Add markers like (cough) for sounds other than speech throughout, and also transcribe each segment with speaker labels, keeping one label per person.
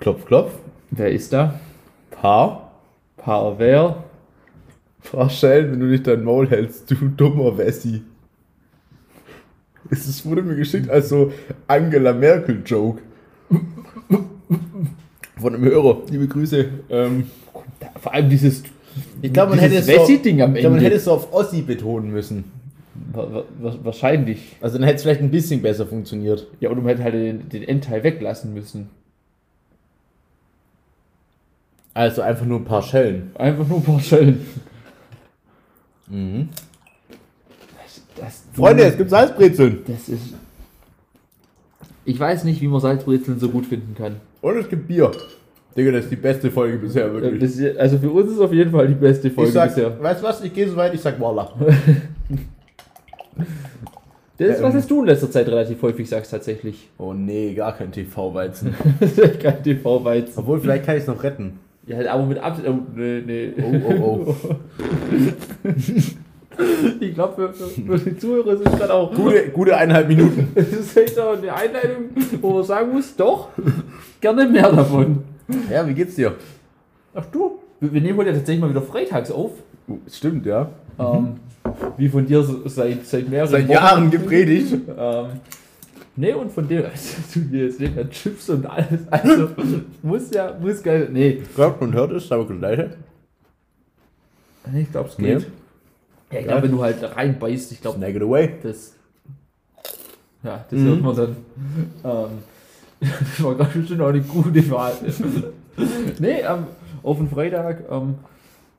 Speaker 1: Klopf, klopf.
Speaker 2: Wer ist da?
Speaker 1: Pa.
Speaker 2: Paar wer?
Speaker 1: Pa Schellen, wenn du nicht dein Maul hältst, du dummer Wessi. Es ist- wurde mir geschickt als so Angela Merkel-Joke. Von einem Hörer. Liebe Grüße. Ähm,
Speaker 2: Vor allem dieses,
Speaker 1: ich glaube, man hätte
Speaker 2: dieses
Speaker 1: es so-
Speaker 2: Wessi-Ding am
Speaker 1: ich glaube, man
Speaker 2: Ende.
Speaker 1: hätte es so auf Ossi betonen müssen.
Speaker 2: wa- wa- wa- wahrscheinlich.
Speaker 1: Also dann hätte es vielleicht ein bisschen besser funktioniert.
Speaker 2: Ja, und man hätte halt den, den Endteil weglassen müssen.
Speaker 1: Also einfach nur ein paar Schellen.
Speaker 2: Einfach nur paar Schellen.
Speaker 1: Mhm.
Speaker 2: Das, das,
Speaker 1: Freunde, es gibt Salzbrezeln.
Speaker 2: das ist. Ich weiß nicht, wie man Salzbrezeln so gut finden kann.
Speaker 1: Und es gibt Bier. Digga, das ist die beste Folge bisher,
Speaker 2: Äh,
Speaker 1: wirklich.
Speaker 2: Das, ist- also für uns ist es auf jeden Fall die beste Folge
Speaker 1: ich sag,
Speaker 2: bisher.
Speaker 1: weißt du was, ich gehe so weit, ich sag Walla.
Speaker 2: Das ist, was
Speaker 1: ähm,
Speaker 2: jetzt du in letzter Zeit relativ häufig sagst, tatsächlich. (laughs)
Speaker 1: Oh nee, gar kein TV-Weizen.
Speaker 2: Kein TV-Weizen.
Speaker 1: (laughs) Obwohl, vielleicht kann ich es noch retten.
Speaker 2: Ja, halt, aber mit Absicht. Oh, nee, nee.
Speaker 1: Oh, oh,
Speaker 2: Ich glaube, für, für, für die Zuhörer ist es gerade auch.
Speaker 1: Gute, gute eineinhalb Minuten.
Speaker 2: Das ist echt auch eine Einleitung, wo man sagen muss, doch, gerne mehr davon.
Speaker 1: Ja, wie geht's dir?
Speaker 2: Ach du, wir, wir nehmen heute ja tatsächlich mal wieder freitags auf.
Speaker 1: Oh, Stimmt, ja.
Speaker 2: Ähm, wie von dir so- seit, seit mehreren
Speaker 1: Seit
Speaker 2: Wochen.
Speaker 1: Jahren gepredigt.
Speaker 2: Ähm, nee, und von (laughs) dem, also, du hier jetzt nehmen ja Chips und alles. (laughs) Also, muss ja, muss geil. Nee,
Speaker 1: Glaubt man hört es, aber gleich.
Speaker 2: Nee, ich glaube, es
Speaker 1: Nee.
Speaker 2: geht. Ja, ich glaube, wenn du halt reinbeißt, ich glaube,
Speaker 1: Snag it away.
Speaker 2: das. Ja, das
Speaker 1: Mhm.
Speaker 2: hört man dann. Ähm, (laughs) das war ganz bestimmt auch eine gute Wahl. nee, ähm, auf den Freitag. Ähm,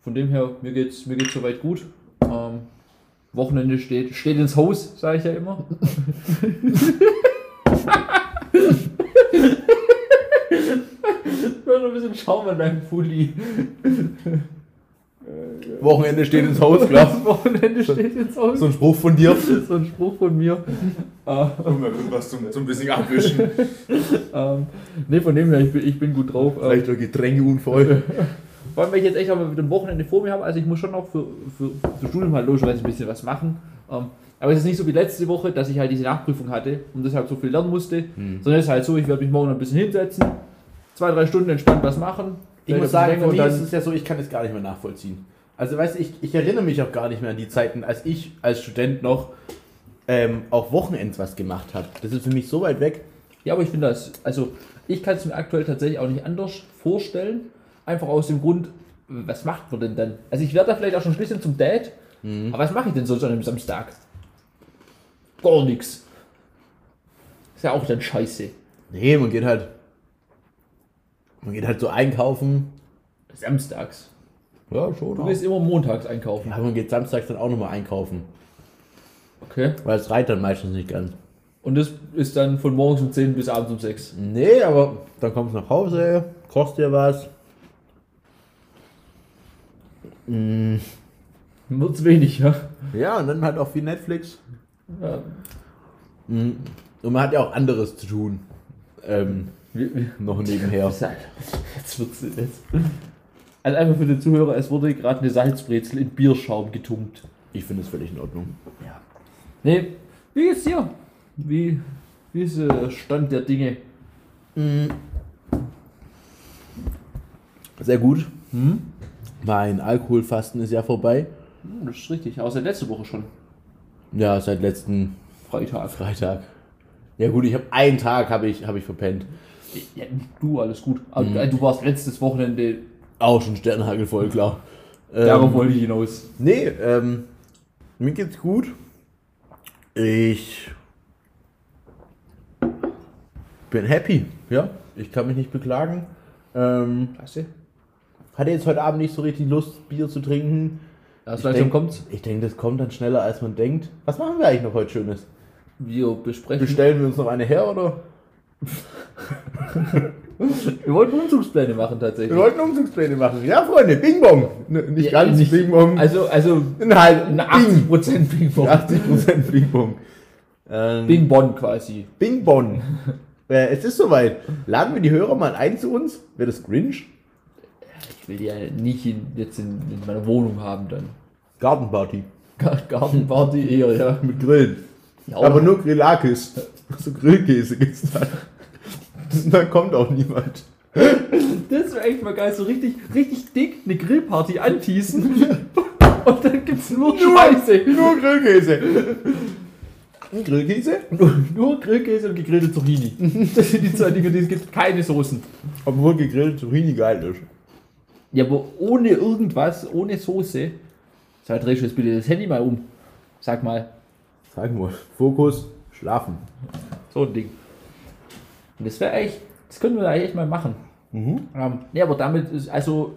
Speaker 2: von dem her, mir geht's, mir geht's soweit gut. Ähm, Wochenende steht, steht ins Haus, sage ich ja immer. Ich höre noch ein bisschen Schaum an deinem Pulli.
Speaker 1: Wochenende steht ins Haus, klar.
Speaker 2: Das Wochenende steht ins Haus.
Speaker 1: So ein Spruch von dir.
Speaker 2: so ein Spruch von mir.
Speaker 1: Immer irgendwas zum, zum bisschen abwischen.
Speaker 2: Ähm, ne, von dem her, ich bin, ich bin gut drauf. Ähm,
Speaker 1: Vielleicht noch Getränke unvoll.
Speaker 2: vor allem, weil ich jetzt echt auch mal wieder ein Wochenende vor mir habe. Also ich muss schon noch für, für, für Studium halt logischerweise ein bisschen was machen. Ähm, aber es ist nicht so wie letzte Woche, dass ich halt diese Nachprüfung hatte und deshalb so viel lernen musste.
Speaker 1: Hm.
Speaker 2: Sondern es ist halt so, ich werde mich morgen noch ein bisschen hinsetzen, zwei, drei Stunden entspannt was machen.
Speaker 1: Ich
Speaker 2: Vielleicht
Speaker 1: muss
Speaker 2: ein
Speaker 1: sagen,
Speaker 2: bisschen
Speaker 1: bei mir
Speaker 2: länger
Speaker 1: ist es ja so, ich kann es gar nicht mehr nachvollziehen. Also, weißt du, ich, ich erinnere mich auch gar nicht mehr an die Zeiten, als ich als Student noch ähm, auch Wochenends was gemacht habe. Das ist für mich so weit weg.
Speaker 2: Ja, aber ich finde das, also ich kann es mir aktuell tatsächlich auch nicht anders vorstellen. Einfach aus dem Grund, was macht man denn dann? Also ich werde da vielleicht auch schon ein bisschen zum Dad, aber was mache ich denn sonst an einem Samstag? Gar nichts. Ist ja auch dann scheiße.
Speaker 1: Nee, man geht halt. Man geht halt so einkaufen.
Speaker 2: Samstags.
Speaker 1: Ja, schon.
Speaker 2: Du
Speaker 1: Auch.
Speaker 2: gehst immer montags einkaufen.
Speaker 1: Ja, man geht samstags dann auch nochmal einkaufen.
Speaker 2: Okay.
Speaker 1: Weil es reicht dann meistens nicht ganz.
Speaker 2: Und das ist dann von morgens um 10 bis abends um 6.
Speaker 1: Nee, aber dann kommst du nach Hause, kochst dir was.
Speaker 2: Wird's wenig, ja.
Speaker 1: Ja, und dann halt auch viel Netflix.
Speaker 2: ja.
Speaker 1: Und man hat ja auch anderes zu tun. Ähm,
Speaker 2: Wie- wie-
Speaker 1: noch nebenher.
Speaker 2: Jetzt wird's jetzt. Also einfach für den Zuhörer, es wurde gerade eine Salzbrezel in Bierschaum getunkt.
Speaker 1: Ich finde es völlig in Ordnung.
Speaker 2: Ja. Nee, wie geht's dir? Wie, wie ist der Stand der Dinge?
Speaker 1: Sehr gut. Mein Alkoholfasten ist ja vorbei.
Speaker 2: Hm, das ist richtig, außer letzte Woche schon.
Speaker 1: Ja, seit letzten
Speaker 2: Freitag.
Speaker 1: Freitag. Ja gut, ich habe einen Tag habe ich, hab ich verpennt.
Speaker 2: Ja, du, alles gut. Aber Du warst letztes Wochenende.
Speaker 1: Auch schon Sternhagel voll, klar. Ähm,
Speaker 2: Darauf wollte ich hinaus.
Speaker 1: Nee, ähm, mir geht's gut. Ich bin happy, ja. Ich kann mich nicht beklagen. Ähm,
Speaker 2: Klasse.
Speaker 1: hatte jetzt heute Abend nicht so richtig Lust, Bier zu trinken.
Speaker 2: Das
Speaker 1: Ich
Speaker 2: langsam
Speaker 1: denk-
Speaker 2: kommt's.
Speaker 1: Ich denke, das kommt dann schneller, als man denkt. Was machen wir eigentlich noch heute Schönes?
Speaker 2: Wir besprechen.
Speaker 1: Bestellen wir uns noch eine her, oder?
Speaker 2: Wir wollten Umzugspläne machen
Speaker 1: Wir
Speaker 2: tatsächlich.
Speaker 1: wollten Umzugspläne machen. Ja, Freunde, Bing Bong. Ne, nicht
Speaker 2: Ja,
Speaker 1: ganz halt,
Speaker 2: nicht-
Speaker 1: Bing Bong.
Speaker 2: Also, also
Speaker 1: ein halb,
Speaker 2: eine
Speaker 1: Bing.
Speaker 2: 80%
Speaker 1: (laughs)
Speaker 2: Bing-Bong.
Speaker 1: 80% Bing Bong. Ähm,
Speaker 2: Bing-Bong quasi.
Speaker 1: Bing Bong. äh, es ist soweit. Laden wir die Hörer mal ein zu uns? Wäre das Grinch?
Speaker 2: Ich will die ja nicht in, jetzt in, in meiner Wohnung haben dann.
Speaker 1: Gartenparty.
Speaker 2: Gar- (laughs) Gartenparty eher, ja.
Speaker 1: Mit Grillen.
Speaker 2: ja
Speaker 1: Aber nur Also Grillakis. So Grillkäse gibt's da. Und dann kommt auch niemand.
Speaker 2: Das wäre echt mal geil, so richtig, richtig dick eine Grillparty (laughs) anteasen. Und dann gibt's nur, Scheiße.
Speaker 1: Nur Grillkäse. Grillkäse?
Speaker 2: Nur, nur Grillkäse und gegrillte Zucchini. Das sind die zwei Dinge, die es gibt. Keine Soßen.
Speaker 1: Obwohl gegrillte Zucchini geil ist.
Speaker 2: Ja, aber ohne irgendwas, ohne Soße. Sag, drehst du jetzt bitte das Handy mal um. Sag mal,
Speaker 1: Sagen wir. Fokus, schlafen.
Speaker 2: so ein Ding. Und das wäre echt, das könnten wir da echt mal machen.
Speaker 1: Mhm.
Speaker 2: Ähm, nee, aber damit ist, also,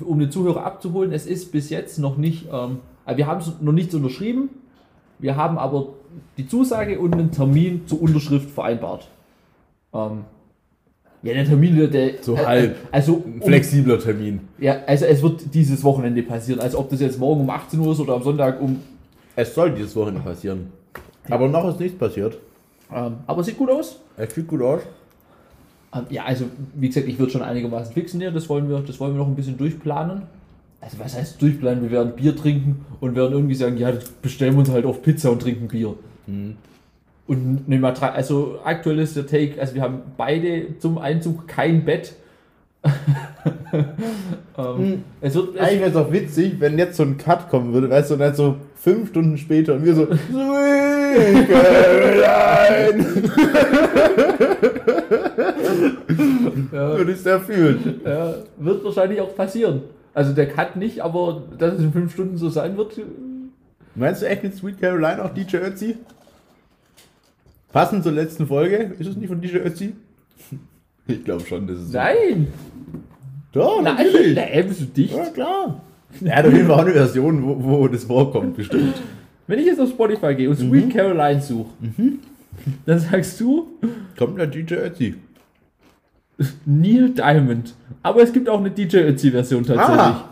Speaker 2: um den Zuhörer abzuholen, es ist bis jetzt noch nicht, ähm, also wir haben es noch nichts unterschrieben, wir haben aber die Zusage und einen Termin zur Unterschrift vereinbart. Ähm, ja, der Termin, der- der.
Speaker 1: So halb.
Speaker 2: Also,
Speaker 1: Ein
Speaker 2: um,
Speaker 1: flexibler Termin.
Speaker 2: ja, also, es wird dieses Wochenende passieren. Also, ob das jetzt morgen um 18 Uhr ist oder am Sonntag um.
Speaker 1: Es soll dieses Wochenende passieren. Aber noch ist nichts passiert.
Speaker 2: Ähm, aber sieht gut aus.
Speaker 1: Es sieht gut aus.
Speaker 2: Ähm, Ja, also wie gesagt, ich würde schon einigermaßen fixen hier. Das wollen wir, das wollen wir noch ein bisschen durchplanen. Also was heißt durchplanen? Wir werden Bier trinken und werden irgendwie sagen, ja, das bestellen wir uns halt auf Pizza und trinken Bier. Und nehmen wir drei, also aktuell ist der Take, also wir haben beide zum Einzug kein Bett. (laughs) ähm, Es wird es,
Speaker 1: Eigentlich wäre es auch witzig, wenn jetzt so ein Cut kommen würde, weißt du, und dann so fünf Stunden später und wir so. "Sweet Caroline."
Speaker 2: ja,
Speaker 1: Würde ich sehr fühlen.
Speaker 2: ja, äh, wird wahrscheinlich auch passieren. Also der Cut nicht, aber dass es in fünf Stunden so sein wird, äh,
Speaker 1: Meinst du echt mit Sweet Caroline auch DJ Ötzi? Passend zur letzten Folge. Ist es nicht von DJ Ötzi? Ich glaube schon, das ist.
Speaker 2: nein!
Speaker 1: Doch,
Speaker 2: Nein,
Speaker 1: natürlich.
Speaker 2: da bist du dicht.
Speaker 1: Ja, klar. Er hat auf jeden Fall auch eine Version, wo, wo das vorkommt, bestimmt.
Speaker 2: Wenn ich jetzt auf Spotify gehe und Sweet Caroline suche, dann sagst du
Speaker 1: Kommt der DJ Ötzi.
Speaker 2: Neil Diamond. Aber es gibt auch eine DJ Ötzi-Version tatsächlich.
Speaker 1: Ah,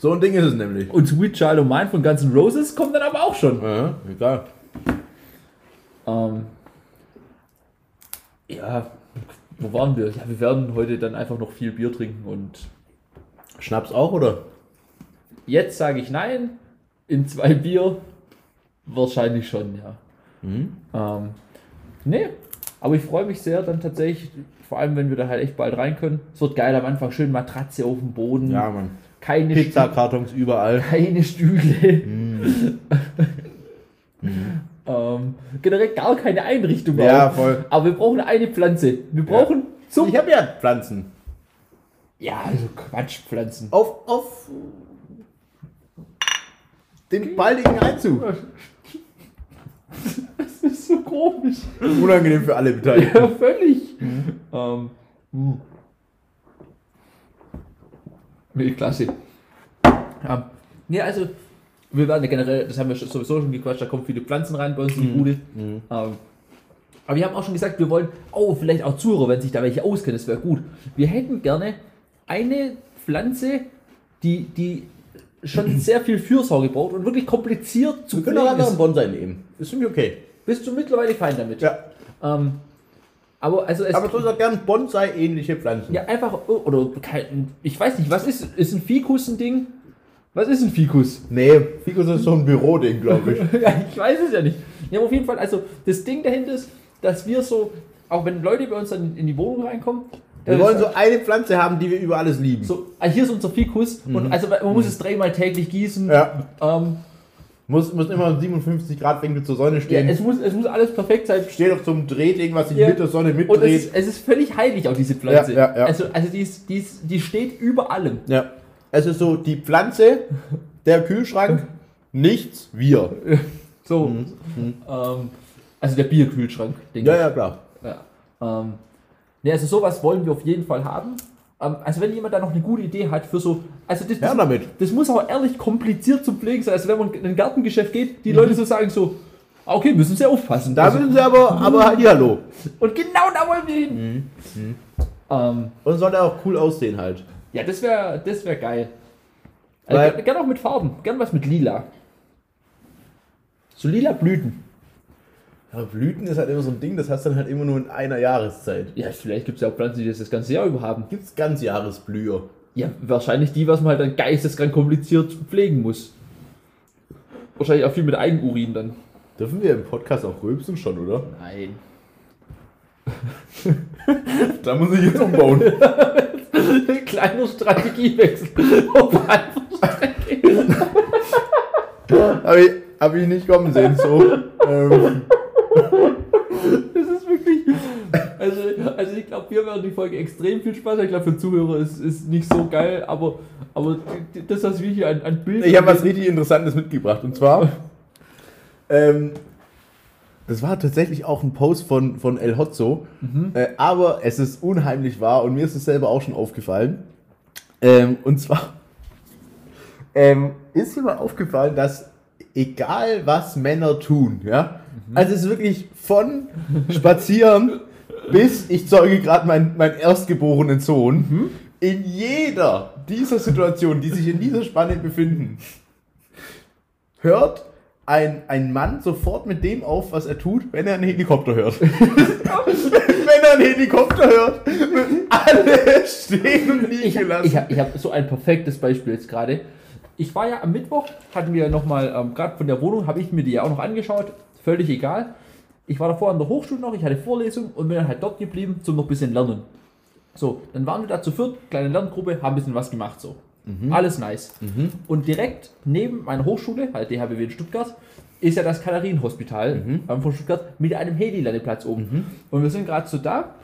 Speaker 1: so ein Ding ist es nämlich.
Speaker 2: Und Sweet Child O' Mine von Guns N' Roses kommt dann aber auch schon.
Speaker 1: Ja, egal.
Speaker 2: Ähm, ja, wo waren wir? Ja, wir werden heute dann einfach noch viel Bier trinken und
Speaker 1: Schnaps auch, oder?
Speaker 2: jetzt sage ich nein. In zwei Bier wahrscheinlich schon, ja.
Speaker 1: Mhm.
Speaker 2: Ähm, nee, aber ich freue mich sehr dann tatsächlich, vor allem wenn wir da halt echt bald rein können. Es wird geil am Anfang, schön Matratze auf dem Boden,
Speaker 1: Ja, Mann.
Speaker 2: keine, Stü
Speaker 1: Pizzakartons überall.
Speaker 2: keine Stühle.
Speaker 1: Mhm.
Speaker 2: (laughs) ähm, generell gar keine Einrichtung.
Speaker 1: Ja,
Speaker 2: auch.
Speaker 1: voll.
Speaker 2: Aber wir brauchen eine Pflanze. Wir brauchen zum.
Speaker 1: Ich habe ja Pflanzen.
Speaker 2: ja, also Quatschpflanzen.
Speaker 1: Auf, auf den baldigen Einzug.
Speaker 2: Das ist so komisch.
Speaker 1: Unangenehm für alle Beteiligten.
Speaker 2: Ja, völlig.
Speaker 1: Mhm.
Speaker 2: Ähm, mh. nee, klasse. Ja. Nee, also, wir werden ja generell, das haben wir schon- sowieso schon gequatscht, da kommen viele Pflanzen rein bei uns
Speaker 1: Mhm.
Speaker 2: in die Bude. Ähm, aber wir haben auch schon gesagt, wir wollen, oh, vielleicht auch Zuhörer, wenn sich da welche auskennen, das wäre gut. Wir hätten gerne eine Pflanze, die, die
Speaker 1: (clears throat)
Speaker 2: schon sehr viel Fürsorge braucht und wirklich kompliziert zu
Speaker 1: Wir können auch
Speaker 2: pflegen
Speaker 1: anderen
Speaker 2: ist.
Speaker 1: Bonsai nehmen. Ist für mich okay.
Speaker 2: Bist du mittlerweile fein damit?
Speaker 1: Ja.
Speaker 2: Ähm, aber also es
Speaker 1: Aber sonst auch gern Bonsai-ähnliche Pflanzen.
Speaker 2: Ja, einfach, oh, oder kein, ich weiß nicht, was ist, ist ein Fikus ein Ding? Was ist ein Fikus? (laughs)
Speaker 1: Nee, Fikus ist so ein Büroding, (laughs) glaube ich.
Speaker 2: Ja, ich weiß es ja nicht. Ja, aber auf jeden Fall, also das Ding dahinter ist, dass wir so, auch wenn Leute bei uns dann in die Wohnung reinkommen,
Speaker 1: Wir
Speaker 2: äh,
Speaker 1: wollen so eine Pflanze haben, die wir über alles lieben.
Speaker 2: so, ah, hier ist unser Fikus und also man muss es dreimal täglich gießen.
Speaker 1: Mhm. Ja.
Speaker 2: Ähm,
Speaker 1: Muss, muss immer 57 Grad Winkel zur Sonne
Speaker 2: ja,
Speaker 1: stehen.
Speaker 2: es, muss, es muss alles perfekt sein.
Speaker 1: Steht doch zum Drehding, was sich
Speaker 2: Ja.
Speaker 1: mit der Sonne
Speaker 2: Und es
Speaker 1: mitdreht.
Speaker 2: ist, es ist völlig heilig auch diese Pflanze.
Speaker 1: Ja, ja, ja.
Speaker 2: Also, also die, ist, die, ist, die steht über allem.
Speaker 1: Ja. Es ist so die Pflanze, der Kühlschrank, nichts, wir.
Speaker 2: So. Ähm, also der Bierkühlschrank, denke
Speaker 1: Mhm. Ja, ja, klar.
Speaker 2: Ja. Ähm, ne, also sowas wollen wir auf jeden Fall haben. Ähm, also wenn jemand da noch eine gute Idee hat für so, also das,
Speaker 1: Her
Speaker 2: das,
Speaker 1: damit.
Speaker 2: das muss auch ehrlich kompliziert zum Pflegen sein. Also wenn man in ein Gartengeschäft geht, die Leute so sagen so, ah, okay, müssen sie aufpassen.
Speaker 1: Mhm. Da
Speaker 2: Also,
Speaker 1: müssen sie aber, aber halt, hallo.
Speaker 2: und genau da wollen wir hin.
Speaker 1: Mhm,
Speaker 2: Ähm,
Speaker 1: Und soll er auch cool aussehen halt.
Speaker 2: ja, das wäre das wär geil.
Speaker 1: Weil-
Speaker 2: Also, gern, gern auch mit Farben, gern was mit lila. So lila Blüten.
Speaker 1: Aber Blüten ist halt immer so ein Ding, das hast du dann halt immer nur in einer Jahreszeit.
Speaker 2: Ja, vielleicht gibt es ja auch Pflanzen, die das das ganze Jahr über haben.
Speaker 1: Gibt's ganz Jahresblüher.
Speaker 2: Ja, wahrscheinlich die, was man halt dann geisteskrank kompliziert pflegen muss. Wahrscheinlich auch viel mit Eigenurin dann.
Speaker 1: Dürfen wir im Podcast auch rülpsen schon, oder?
Speaker 2: Nein.
Speaker 1: Da muss ich jetzt umbauen.
Speaker 2: (laughs) Kleiner Strategiewechsel. Auf Alpha-Strategie.
Speaker 1: Habe ich, (laughs) hab ich nicht kommen sehen, so.
Speaker 2: (laughs)
Speaker 1: ähm,
Speaker 2: Das ist wirklich. Also, also ich glaube, wir werden die Folge extrem viel Spaß. haben. Ich glaube, für Zuhörer ist ist nicht so geil, aber, aber d- d- das, was wir hier an, an Bildern.
Speaker 1: ich habe was richtig Interessantes mitgebracht. Und zwar, ähm, das war tatsächlich auch ein Post von, von El Hotzo, äh, aber es ist unheimlich wahr und mir ist es selber auch schon aufgefallen. Ähm, und zwar ähm, ist mir mal aufgefallen, dass egal was Männer tun, ja, also es ist wirklich von Spazieren bis ich zeuge gerade meinen mein erstgeborenen Sohn,
Speaker 2: Mhm.
Speaker 1: in jeder dieser Situationen, die sich in dieser Spanne befinden, hört ein, ein Mann sofort mit dem auf, was er tut, wenn er einen Helikopter hört.
Speaker 2: (laughs)
Speaker 1: wenn er einen Helikopter hört, wird alle stehen und liegen
Speaker 2: ich,
Speaker 1: gelassen.
Speaker 2: ich, hab- ich habe so ein perfektes Beispiel jetzt gerade. Ich war ja am Mittwoch, hatten wir nochmal, ähm, gerade von der Wohnung, habe ich mir die ja auch noch angeschaut, völlig egal. Ich war davor an der Hochschule noch, ich hatte Vorlesung und bin dann halt dort geblieben, zum noch ein bisschen lernen. So, dann waren wir da zu viert, kleine Lerngruppe, haben ein bisschen was gemacht so. Alles nice. Und direkt neben meiner Hochschule, halt DHBW in Stuttgart, ist ja das Kalarienhospital ähm, von Stuttgart mit einem Heli-Landeplatz oben. Und wir sind gerade so da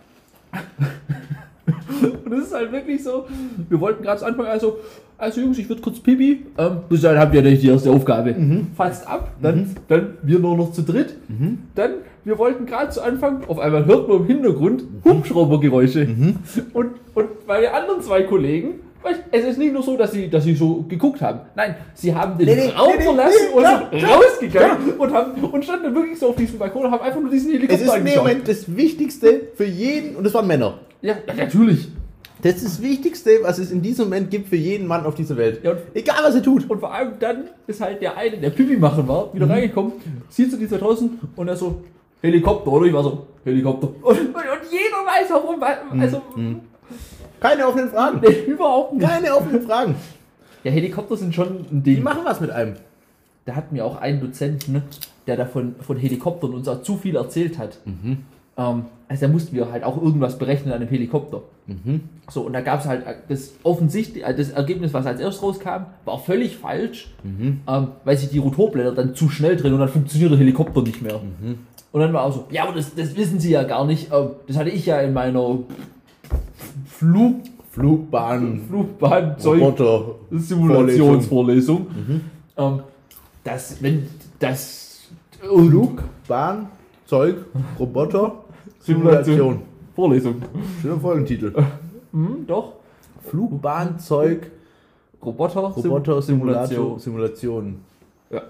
Speaker 2: und es ist halt wirklich so, wir wollten gerade anfangen, also, also Jungs, ich würde kurz Pipi. Ähm, bis dahin habt ihr nicht die erste Aufgabe.
Speaker 1: Mhm.
Speaker 2: Fast ab, dann, dann wir nur noch zu dritt. Dann, wir wollten gerade zu Anfang, auf einmal hört man im Hintergrund
Speaker 1: Mhm.
Speaker 2: Hubschraubergeräusche. Und, und meine anderen zwei Kollegen, weil es ist nicht nur so, dass sie, dass sie so geguckt haben. Nein, sie haben den
Speaker 1: Nee, nee,
Speaker 2: Raum
Speaker 1: nee, nee,
Speaker 2: verlassen
Speaker 1: nee,
Speaker 2: und
Speaker 1: klar,
Speaker 2: sind rausgegangen und, haben, und standen dann wirklich so auf diesem Balkon und haben einfach nur diesen
Speaker 1: es
Speaker 2: Helikopter
Speaker 1: ist in dem
Speaker 2: angeschaut.
Speaker 1: Moment das Wichtigste für jeden, und das waren Männer.
Speaker 2: Ja, ja, natürlich.
Speaker 1: Das ist das Wichtigste, was es in diesem Moment gibt für jeden Mann auf dieser Welt.
Speaker 2: Ja, und-
Speaker 1: Egal, was er tut.
Speaker 2: Und vor allem dann ist halt der eine, der Pipi machen war, wieder reingekommen, sieht so die 2000 und er so, Helikopter, oder? Ich war so, Helikopter. (laughs) Und, und, und jeder weiß warum, weil- also
Speaker 1: Keine offenen Fragen.
Speaker 2: nee, überhaupt nicht.
Speaker 1: Keine offenen Fragen.
Speaker 2: Ja, Helikopter sind schon ein
Speaker 1: Die
Speaker 2: Ding.
Speaker 1: machen was mit einem.
Speaker 2: Da hat mir auch ein Dozent, ne, der da von, von Helikoptern uns auch zu viel erzählt hat. Ähm, also da mussten wir halt auch irgendwas berechnen an dem Helikopter. So, und da gab es halt das offensichtlich, äh, das Ergebnis, was als erstes rauskam, war völlig falsch, ähm, weil sich die Rotorblätter dann zu schnell drehen und dann funktioniert der Helikopter nicht mehr. Und dann war auch so, ja, aber das, das wissen sie ja gar nicht. Ähm, das hatte ich ja in meiner Flug,
Speaker 1: Flugbahn,
Speaker 2: Flugbahn Zeug
Speaker 1: Roboter.
Speaker 2: Simulationsvorlesung. Ähm, das, wenn das und
Speaker 1: Bahn, Zeug, Roboter, Simulation.
Speaker 2: Vorlesung.
Speaker 1: Schöner Folgentitel.
Speaker 2: Hm, doch.
Speaker 1: Flugbahn, Zeug,
Speaker 2: Roboter, Sim- Hm.
Speaker 1: Roboter, Simulation. Simulation.
Speaker 2: Ja.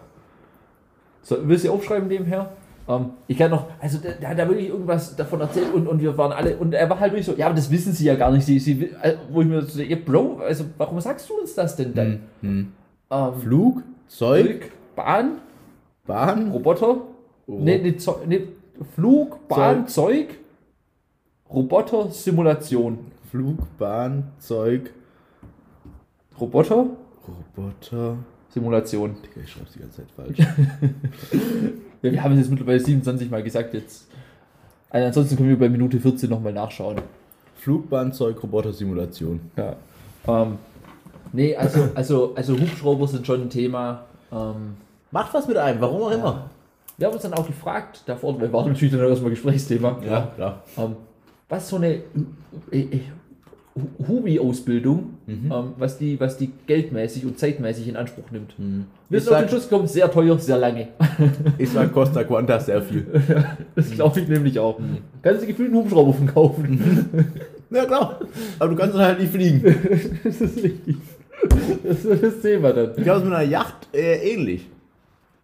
Speaker 2: So, willst du aufschreiben nebenher? Ähm, ich kann noch, also da- da hat er wirklich irgendwas davon erzählt und, und wir waren alle, und er war halt wirklich so, ja, aber das wissen sie ja gar nicht. Sie, sie, wi- äh, wo ich mir so, ja, Bro, also warum sagst du uns das denn dann? Ähm,
Speaker 1: Flug, Zeug,
Speaker 2: Flug, Bahn,
Speaker 1: Bahn,
Speaker 2: Roboter,
Speaker 1: Ro-
Speaker 2: Nee, nee, Zeu- nee, Flug, Bahn, Oh. Zeug, Roboter, Simulation.
Speaker 1: Flugbahn, Zeug,
Speaker 2: Roboter,
Speaker 1: Roboter.
Speaker 2: Simulation.
Speaker 1: Digga, ich schreib's die ganze Zeit
Speaker 2: (laughs)
Speaker 1: falsch.
Speaker 2: Ja, wir haben es jetzt mittlerweile 27 Mal gesagt jetzt. Also ansonsten können wir bei Minute 14 nochmal nachschauen.
Speaker 1: Flugbahn, Zeug, Roboter, Simulation.
Speaker 2: Ja. Ähm, nee, also, also, also Hubschrauber sind schon ein Thema. Ähm,
Speaker 1: Macht was mit einem, warum auch immer.
Speaker 2: wir haben uns dann auch gefragt, davor, wir waren natürlich dann erstmal Gesprächsthema.
Speaker 1: klar.
Speaker 2: Ähm, was so eine äh, äh, Hubi-Ausbildung,
Speaker 1: Mhm.
Speaker 2: ähm, was, die, was die geldmäßig und zeitmäßig in Anspruch nimmt. Hm. Wir
Speaker 1: Ich
Speaker 2: sind auf
Speaker 1: sag-
Speaker 2: den Schluss gekommen, sehr teuer, sehr lange. (laughs)
Speaker 1: Ich sag Costa Quanta sehr viel. Mhm.
Speaker 2: Das glaube ich nämlich auch. Kannst du gefühlt einen Hubschrauber von kaufen.
Speaker 1: Ja, klar. Aber du kannst dann halt nicht fliegen.
Speaker 2: das ist richtig. Das ist das Thema dann.
Speaker 1: Ich glaube, es ist mit einer Yacht äh, ähnlich.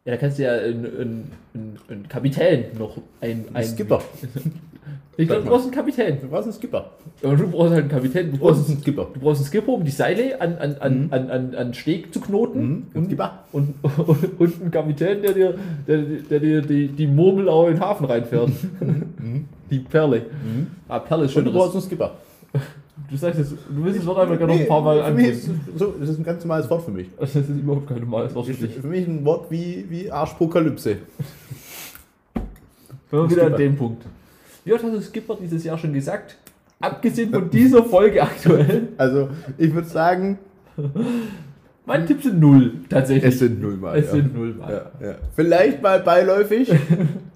Speaker 2: Ja, da kannst du ja einen, einen, einen, einen Kapitän noch ein, ein
Speaker 1: Ein Skipper.
Speaker 2: Ich glaube, du brauchst einen Kapitän.
Speaker 1: Du warst ein Skipper.
Speaker 2: Aber du brauchst halt einen Kapitän. Du
Speaker 1: Du
Speaker 2: brauchst,
Speaker 1: warst ein Skipper.
Speaker 2: du brauchst einen Skipper, um die Seile an, an, an,
Speaker 1: Mhm.
Speaker 2: an, an, an Steg zu knoten.
Speaker 1: Und Skipper.
Speaker 2: Und, und, und ein Kapitän, der dir, der, der dir die, die Murmel auch in den Hafen reinfährt. die Perle. Ah, Perle ist
Speaker 1: Mhm. Und du brauchst
Speaker 2: schöneres.
Speaker 1: einen Skipper.
Speaker 2: Du sagst jetzt, du willst es Wort einfach gerne noch ein paar Mal
Speaker 1: für mich ist,
Speaker 2: angucken.
Speaker 1: so, Das ist ein ganz normales Wort für mich.
Speaker 2: Das ist überhaupt keine Mal, das war
Speaker 1: Für
Speaker 2: schwierig.
Speaker 1: mich ein Wort wie, wie Arschpokalypse.
Speaker 2: Wenn wir wieder an
Speaker 1: Skipper.
Speaker 2: dem Punkt. Wie oft hast du Skipper dieses Jahr schon gesagt? abgesehen von dieser Folge aktuell,
Speaker 1: Also, ich würde sagen,
Speaker 2: mein Tipp sind null, tatsächlich.
Speaker 1: es sind null Mal.
Speaker 2: Es
Speaker 1: ja.
Speaker 2: sind null Mal.
Speaker 1: Ja, ja. Vielleicht mal
Speaker 2: (laughs)
Speaker 1: beiläufig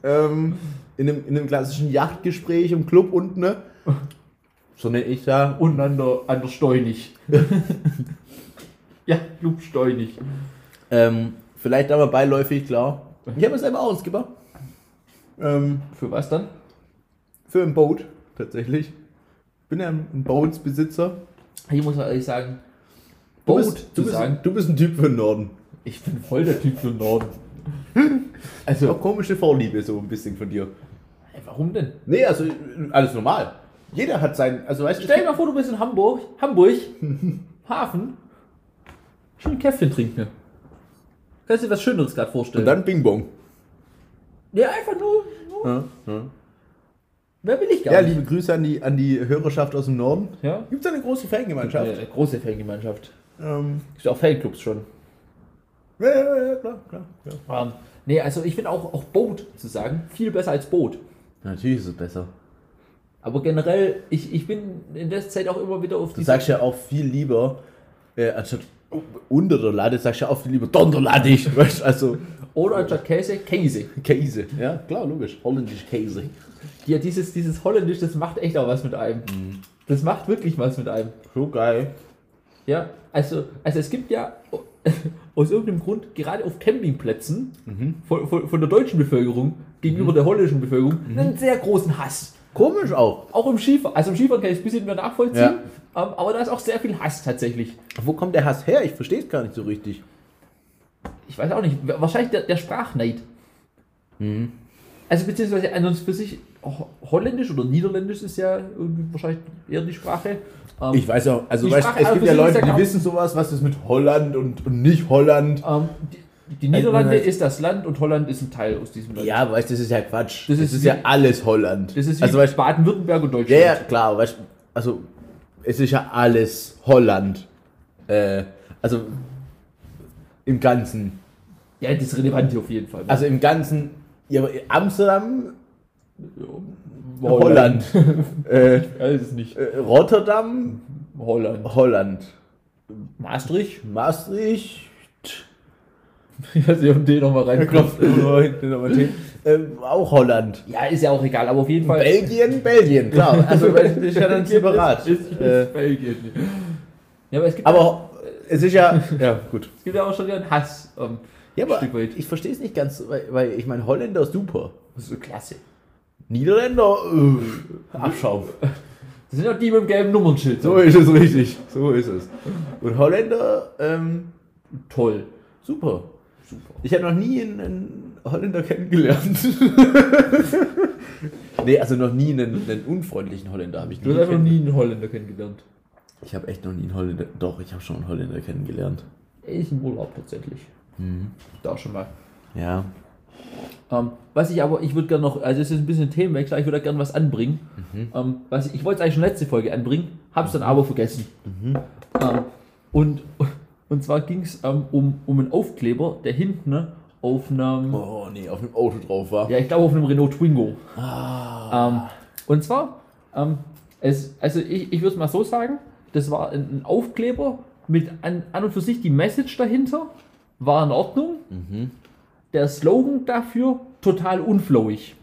Speaker 1: ähm, in, einem, in einem klassischen Yachtgespräch im Club unten, ne? So nenne ich da.
Speaker 2: Und an der, an der Steunig. (laughs) ja, Club Steunig.
Speaker 1: Ähm, vielleicht aber beiläufig, klar. Ich habe mir selber auch einen Skipper. Ähm,
Speaker 2: Für was dann?
Speaker 1: für ein Boot, tatsächlich. Bin ja ein Bootsbesitzer.
Speaker 2: Ich muss ehrlich sagen,
Speaker 1: Du
Speaker 2: Boat
Speaker 1: bist,
Speaker 2: zu
Speaker 1: du, bist,
Speaker 2: sagen,
Speaker 1: du bist ein Typ für den Norden.
Speaker 2: ich bin voll der Typ für den Norden.
Speaker 1: Also auch komische Vorliebe, so ein bisschen von dir.
Speaker 2: Hey, warum denn?
Speaker 1: Nee, also alles normal. Jeder hat sein, also weißt
Speaker 2: Stell dir mal vor, du bist in Hamburg,
Speaker 1: (laughs)
Speaker 2: Hamburg, Hafen, schön ein Käffchen trinken. Kannst dir was Schöneres gerade vorstellen?
Speaker 1: Und dann Bing Bong.
Speaker 2: ja, einfach nur, nur
Speaker 1: Ja, ja.
Speaker 2: mehr will ich gar
Speaker 1: Ja,
Speaker 2: nicht.
Speaker 1: liebe Grüße an die, an die Hörerschaft aus dem Norden.
Speaker 2: Ja,
Speaker 1: Gibt es eine große Fangemeinschaft?
Speaker 2: eine große Fangemeinschaft.
Speaker 1: Ähm,
Speaker 2: Gibt auch Fanclubs schon.
Speaker 1: ja, ja, ja, klar, klar. Ja.
Speaker 2: Ähm, nee, also ich finde auch, auch Boot zu sagen, viel besser als Boot.
Speaker 1: Natürlich ist es besser.
Speaker 2: Aber generell, ich, ich bin in der Zeit auch immer wieder auf
Speaker 1: Du
Speaker 2: die.
Speaker 1: sagst ja auch viel lieber, äh, anstatt unter der Lade, sagst ja auch viel lieber Donderladig. (laughs) Weißt du, also
Speaker 2: Oder anstatt Käse, Käse.
Speaker 1: Käse. Ja, klar, logisch. Holländische Käse.
Speaker 2: Ja, dieses, dieses Holländisch, das macht echt auch was mit einem. Das macht wirklich was mit einem.
Speaker 1: So geil.
Speaker 2: Ja, also, also es gibt ja (laughs) aus irgendeinem Grund, gerade auf Campingplätzen, von, von, von der deutschen Bevölkerung gegenüber der holländischen Bevölkerung, einen sehr großen Hass.
Speaker 1: Komisch auch.
Speaker 2: Auch im Skifahren. Also im Skifahren kann ich es ein bisschen mehr nachvollziehen,
Speaker 1: Ja.
Speaker 2: ähm, aber da ist auch sehr viel Hass tatsächlich.
Speaker 1: Wo kommt der Hass her? Ich verstehe es gar nicht so richtig.
Speaker 2: Ich weiß auch nicht, wa- wahrscheinlich der, der Sprachneid.
Speaker 1: Mhm.
Speaker 2: Also beziehungsweise an uns für sich, ho- holländisch oder niederländisch ist ja irgendwie wahrscheinlich eher die Sprache. Ähm,
Speaker 1: Ich weiß auch, also
Speaker 2: Die
Speaker 1: weißt,
Speaker 2: Sprache
Speaker 1: es gibt ja
Speaker 2: an und für sich ist
Speaker 1: Leute,
Speaker 2: ja
Speaker 1: die
Speaker 2: gar-
Speaker 1: wissen sowas, was ist mit Holland und, und nicht Holland.
Speaker 2: ähm, die, die Niederlande
Speaker 1: Also,
Speaker 2: ist das Land und Holland ist ein Teil aus diesem Land.
Speaker 1: Ja, aber weißt du, das ist ja Quatsch.
Speaker 2: Das
Speaker 1: Das,
Speaker 2: ist
Speaker 1: ist,
Speaker 2: wie-
Speaker 1: ja alles Holland.
Speaker 2: Das ist wie
Speaker 1: also, weißt,
Speaker 2: Baden-Württemberg und Deutschland.
Speaker 1: ja, ja, klar, weißt, also es ist ja alles Holland. Äh, also im Ganzen.
Speaker 2: Ja, das ist relevant hier auf jeden Fall.
Speaker 1: Also im Ganzen, ja, aber Amsterdam, Holland.
Speaker 2: Holland.
Speaker 1: (laughs) äh,
Speaker 2: Ja, das ist nicht.
Speaker 1: äh, Rotterdam,
Speaker 2: Holland.
Speaker 1: Holland.
Speaker 2: (laughs) Maastricht?
Speaker 1: Maastricht,
Speaker 2: Ich weiß nicht, ob den nochmal reinkommt.
Speaker 1: ähm, auch Holland.
Speaker 2: Ja, ist ja auch egal, aber auf jeden Fall.
Speaker 1: Belgien, Belgien, (laughs) klar. Also weißt,
Speaker 2: (laughs)
Speaker 1: das ist ja dann separat.
Speaker 2: Ist, ist, ist
Speaker 1: Äh,
Speaker 2: Belgien. Ja, aber es gibt,
Speaker 1: aber es ist ja, (laughs) ja gut.
Speaker 2: es gibt ja auch schon wieder einen Hass. Ähm,
Speaker 1: Ja,
Speaker 2: ein
Speaker 1: aber
Speaker 2: Stück weit.
Speaker 1: ich verstehe es nicht ganz, weil, weil ich meine, Holländer ist super.
Speaker 2: Das ist so klasse.
Speaker 1: Niederländer, äh, Abschaum.
Speaker 2: Das sind ja die mit dem gelben Nummernschild.
Speaker 1: So ist es richtig. So ist es. Und Holländer, ähm,
Speaker 2: Toll.
Speaker 1: super.
Speaker 2: Super.
Speaker 1: Ich habe noch nie einen, einen Holländer (laughs) kennengelernt. nee, also noch nie einen, einen unfreundlichen Holländer habe ich
Speaker 2: Du hast einfach noch nie einen Holländer kennengelernt.
Speaker 1: kenn- Ich habe echt noch nie einen Holländer. Doch, ich habe schon einen Holländer kennengelernt.
Speaker 2: Ich im Urlaub tatsächlich.
Speaker 1: Mhm.
Speaker 2: Da auch schon mal.
Speaker 1: Ja.
Speaker 2: Ähm, was ich aber, ich würde gerne noch, also es ist ein bisschen ein Themenwechsel, aber ich würde gerne was anbringen.
Speaker 1: Mhm.
Speaker 2: Ähm, was ich ich wollte es eigentlich schon letzte Folge anbringen, hab's dann aber vergessen.
Speaker 1: Mhm.
Speaker 2: Ähm, und, (laughs) und zwar ging es ähm, um, um einen Aufkleber, der hinten ne, auf einem,
Speaker 1: Oh nee, auf dem Auto drauf war.
Speaker 2: ja ich glaube auf einem Renault Twingo. Ähm, und zwar, ähm, es, also ich, ich würde es mal so sagen, das war ein, ein Aufkleber mit an, an und für sich die Message dahinter, war in Ordnung. Der Slogan dafür total unflowig.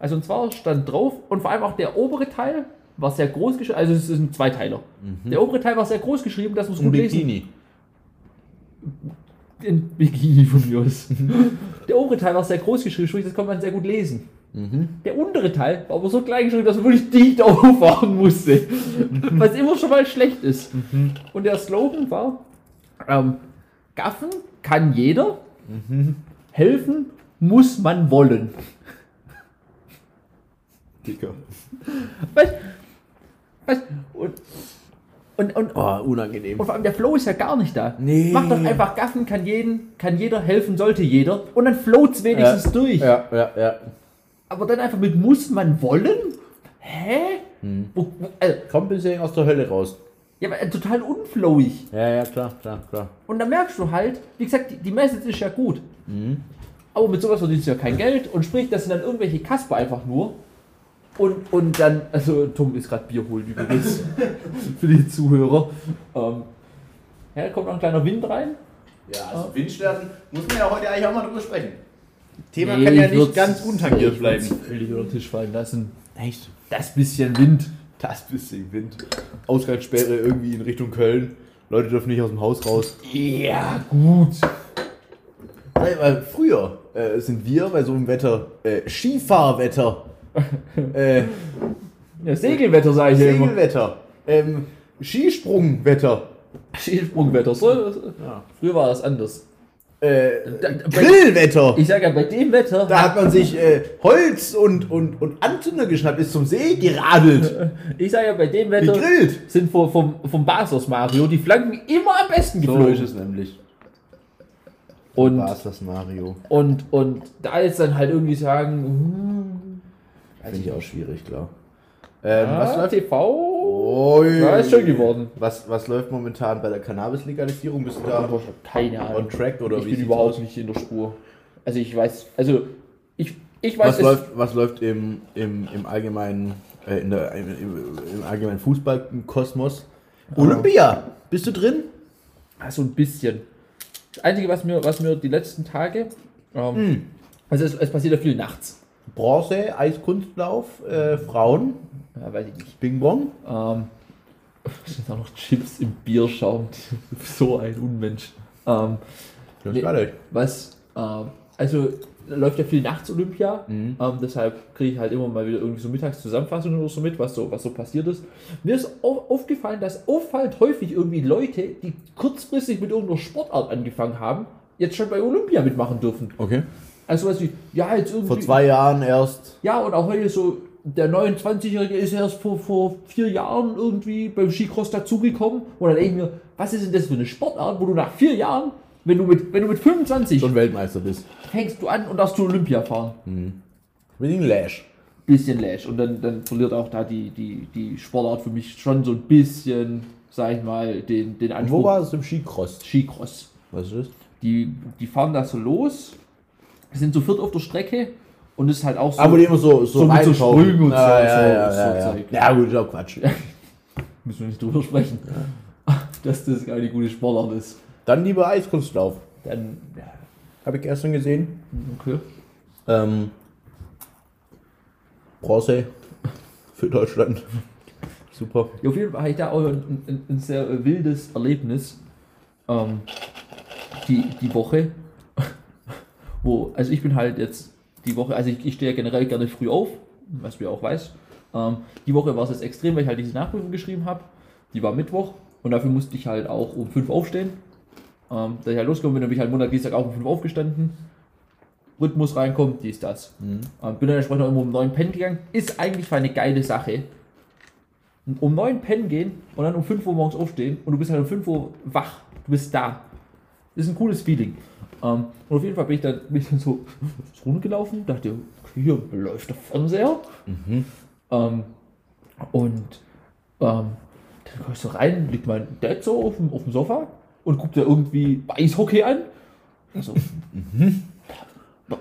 Speaker 2: Also und zwar stand drauf und vor allem auch der obere Teil war sehr groß geschrieben, also es ist ein Zweiteiler. Der obere Teil war sehr groß geschrieben, dass man es
Speaker 1: Ein
Speaker 2: gut lesen
Speaker 1: Bikini.
Speaker 2: Ein Bikini von mir
Speaker 1: (laughs)
Speaker 2: aus. der obere Teil war sehr groß geschrieben, sprich, das konnte man sehr gut lesen.
Speaker 1: Mhm.
Speaker 2: Der untere Teil war aber so klein geschrieben, dass man wirklich (laughs) dicht auffahren musste.
Speaker 1: (laughs)
Speaker 2: was immer schon mal schlecht ist.
Speaker 1: Mhm.
Speaker 2: Und der Slogan war: ähm, Gaffen kann jeder,
Speaker 1: Mhm.
Speaker 2: helfen muss man wollen.
Speaker 1: Dicker.
Speaker 2: Was? Was? Und, und, und,
Speaker 1: Oh, unangenehm.
Speaker 2: und vor allem der Flow ist ja gar nicht da.
Speaker 1: Nee.
Speaker 2: Mach doch einfach Gaffen, kann jeden, kann jeder, helfen sollte jeder. Und dann float's wenigstens durch.
Speaker 1: Ja, ja, ja.
Speaker 2: Aber dann einfach mit muss man wollen? Hä? Wo, wo, also,
Speaker 1: Kommt ein bisschen aus der Hölle raus.
Speaker 2: ja, aber äh, total unflowig.
Speaker 1: Ja, ja, klar, klar, klar.
Speaker 2: Und dann merkst du halt, wie gesagt, die, die Message ist ja gut. Hm. Aber mit sowas verdienst du ja kein Geld und sprich, das sind dann irgendwelche Kasper einfach nur. Und, und dann, also Tom ist gerade Bier holen übrigens (laughs) für die Zuhörer. Ähm, ja, kommt noch ein kleiner Wind rein.
Speaker 3: Ja, also Windstärken muss man ja heute eigentlich auch mal drüber sprechen.
Speaker 1: Thema
Speaker 2: Nee,
Speaker 1: kann ja
Speaker 2: ich
Speaker 1: nicht
Speaker 2: würd's-
Speaker 1: ganz untangiert
Speaker 2: ich würd's
Speaker 1: bleiben.
Speaker 2: Völlig über den Tisch fallen lassen.
Speaker 1: Echt?
Speaker 2: Das bisschen Wind.
Speaker 1: Das bisschen Wind. Ausgangssperre irgendwie in Richtung Köln. Leute dürfen nicht aus dem Haus raus.
Speaker 2: Ja, gut.
Speaker 1: Weil, weil früher äh, sind wir bei so einem Wetter, äh, Skifahrwetter, äh,
Speaker 2: Ja, Segelwetter sage ich ja immer.
Speaker 1: Segelwetter, ähm, Skisprungwetter,
Speaker 2: Skisprungwetter. So,
Speaker 1: Ja.
Speaker 2: Früher war das anders.
Speaker 1: äh,
Speaker 2: Da- da-
Speaker 1: Grillwetter.
Speaker 2: Ich sage ja, bei dem Wetter
Speaker 1: Da hat man sich äh, Holz und, und, und Anzünder geschnappt, ist zum See geradelt,
Speaker 2: Ich sage ja, bei dem Wetter
Speaker 1: gegrillt.
Speaker 2: sind vor, vom, vom Basos Mario die Flanken immer am besten geflogen.
Speaker 1: nämlich.
Speaker 2: und,
Speaker 1: War das Mario?
Speaker 2: und, und da jetzt dann halt irgendwie sagen, hm,
Speaker 1: Finde ich auch schwierig, klar. Ähm, was
Speaker 2: ah,
Speaker 1: läuft?
Speaker 2: TV?
Speaker 1: Oi.
Speaker 2: Ja, ist schön geworden.
Speaker 1: Was, was läuft momentan bei der Cannabis-Legalisierung? Bist du da
Speaker 2: Aber ich habe keine Ahnung.
Speaker 1: on track oder
Speaker 2: ich
Speaker 1: wie
Speaker 2: bin
Speaker 1: sieht's
Speaker 2: überhaupt
Speaker 1: aus?
Speaker 2: nicht in der Spur. Also ich weiß, also ich, ich weiß
Speaker 1: Was läuft, was läuft im, im, im allgemeinen, äh, in der, im, im, im allgemeinen Fußballkosmos? Olympia! Bist du drin?
Speaker 2: Ah, so ein bisschen. Das Einzige, was mir, was mir die letzten Tage, ähm,
Speaker 1: Hm.
Speaker 2: also es, es passiert ja viel nachts.
Speaker 1: Bronze, Eiskunstlauf, äh, Frauen,
Speaker 2: Ja, weiß ich nicht.
Speaker 1: Bing Bong.
Speaker 2: Ähm, es sind auch noch Chips im Bierschaum. (laughs) so ein Unmensch. Ähm,
Speaker 1: Das
Speaker 2: Nee.
Speaker 1: geil.
Speaker 2: was, ähm, also da läuft ja viel nachts Olympia,
Speaker 1: Mhm.
Speaker 2: ähm, deshalb kriege ich halt immer mal wieder irgendwie so Mittagszusammenfassungen oder so mit, was so, was so passiert ist. Mir ist au aufgefallen, dass auffallend häufig irgendwie Leute, die kurzfristig mit irgendeiner Sportart angefangen haben, jetzt schon bei Olympia mitmachen dürfen.
Speaker 1: Okay.
Speaker 2: Also was wie, ja, jetzt irgendwie.
Speaker 1: Vor zwei Jahren erst.
Speaker 2: Ja, und auch heute so, der 29-Jährige ist erst vor, vor vier Jahren irgendwie beim Skicross dazugekommen. Und dann denke ich mir, was ist denn das für eine Sportart, wo du nach vier Jahren, wenn du mit, wenn du mit 25
Speaker 1: Schon Weltmeister bist.
Speaker 2: fängst du an und darfst zu Olympia fahren.
Speaker 1: Mit dem Lash.
Speaker 2: Bisschen Lash. Und dann, dann verliert auch da die, die, die Sportart für mich schon so ein bisschen, sag ich mal, den, den
Speaker 1: Und wo
Speaker 2: Anspruch.
Speaker 1: war es im Skicross?
Speaker 2: Skicross.
Speaker 1: Was ist das?
Speaker 2: Die, die fahren da so los, sind so viert auf der Strecke und ist halt auch so.
Speaker 1: Aber Ah, die immer so, so,
Speaker 2: so mit so
Speaker 1: reinschauen. Ah,
Speaker 2: Sprüngen und
Speaker 1: ja,
Speaker 2: so-
Speaker 1: Ja,
Speaker 2: so-
Speaker 1: ja,
Speaker 2: so
Speaker 1: ja, ja.
Speaker 2: Zeug.
Speaker 1: ja, gut, ist auch
Speaker 2: (laughs)
Speaker 1: Quatsch.
Speaker 2: müssen wir nicht drüber sprechen, (laughs) dass das keine gute Sportart ist.
Speaker 1: Dann lieber Eiskunstlauf.
Speaker 2: Dann, ja,
Speaker 1: Habe ich gestern gesehen.
Speaker 2: okay.
Speaker 1: Ähm, Bronze (laughs) für Deutschland. Super.
Speaker 2: Ja, auf jeden Fall hatte ich da auch ein, ein, ein sehr äh, wildes Erlebnis ähm, die, die Woche, (laughs) wo, also ich bin halt jetzt die Woche, also ich, ich stehe ja generell gerne früh auf, was du ja auch weißt. Ähm, die Woche war es jetzt extrem, weil ich halt diese Nachprüfung geschrieben habe. Die war Mittwoch und dafür musste ich halt auch um 5 aufstehen. Ähm, da ich halt losgekommen bin, dann bin ich halt Montag, Dienstag auch um 5 aufgestanden. Rhythmus reinkommt, dies, das. Ähm, bin dann entsprechend auch immer um 9 pennen gegangen. Ist eigentlich für eine geile Sache. Um 9 pennen gehen und dann um 5 Uhr morgens aufstehen und du bist halt um 5 Uhr wach. Du bist da. Ist ein cooles Feeling. Ähm, und auf jeden Fall bin ich dann, bin ich dann so (laughs) rumgelaufen, dachte, okay, hier läuft der Fernseher. Ähm, und ähm, dann kommst du rein, liegt mein Dad so auf dem, auf dem Sofa und guckt ja irgendwie Eishockey an. Also, Pa-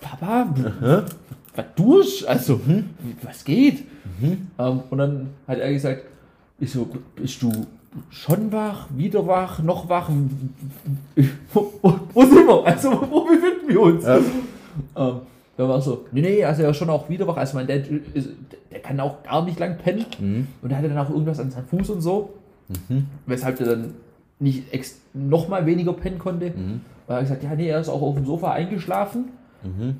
Speaker 2: Papa, was durch? Also, was geht? Ähm, und dann hat er gesagt, ich so, bist du schon wach, wieder wach, noch wach? Wo, wo, wo sind wir? Also, wo befinden wir uns?
Speaker 1: Ja.
Speaker 2: Ähm, dann war es so, nee, nee, also er ist schon auch wieder wach. Also mein Dad, ist, der kann auch gar nicht lang pennen. Und er hatte dann auch irgendwas an seinem Fuß und so. Weshalb er dann nicht ex noch mal weniger pennen konnte. Weil er gesagt, ja, nee, er ist auch auf dem Sofa eingeschlafen. Ähm,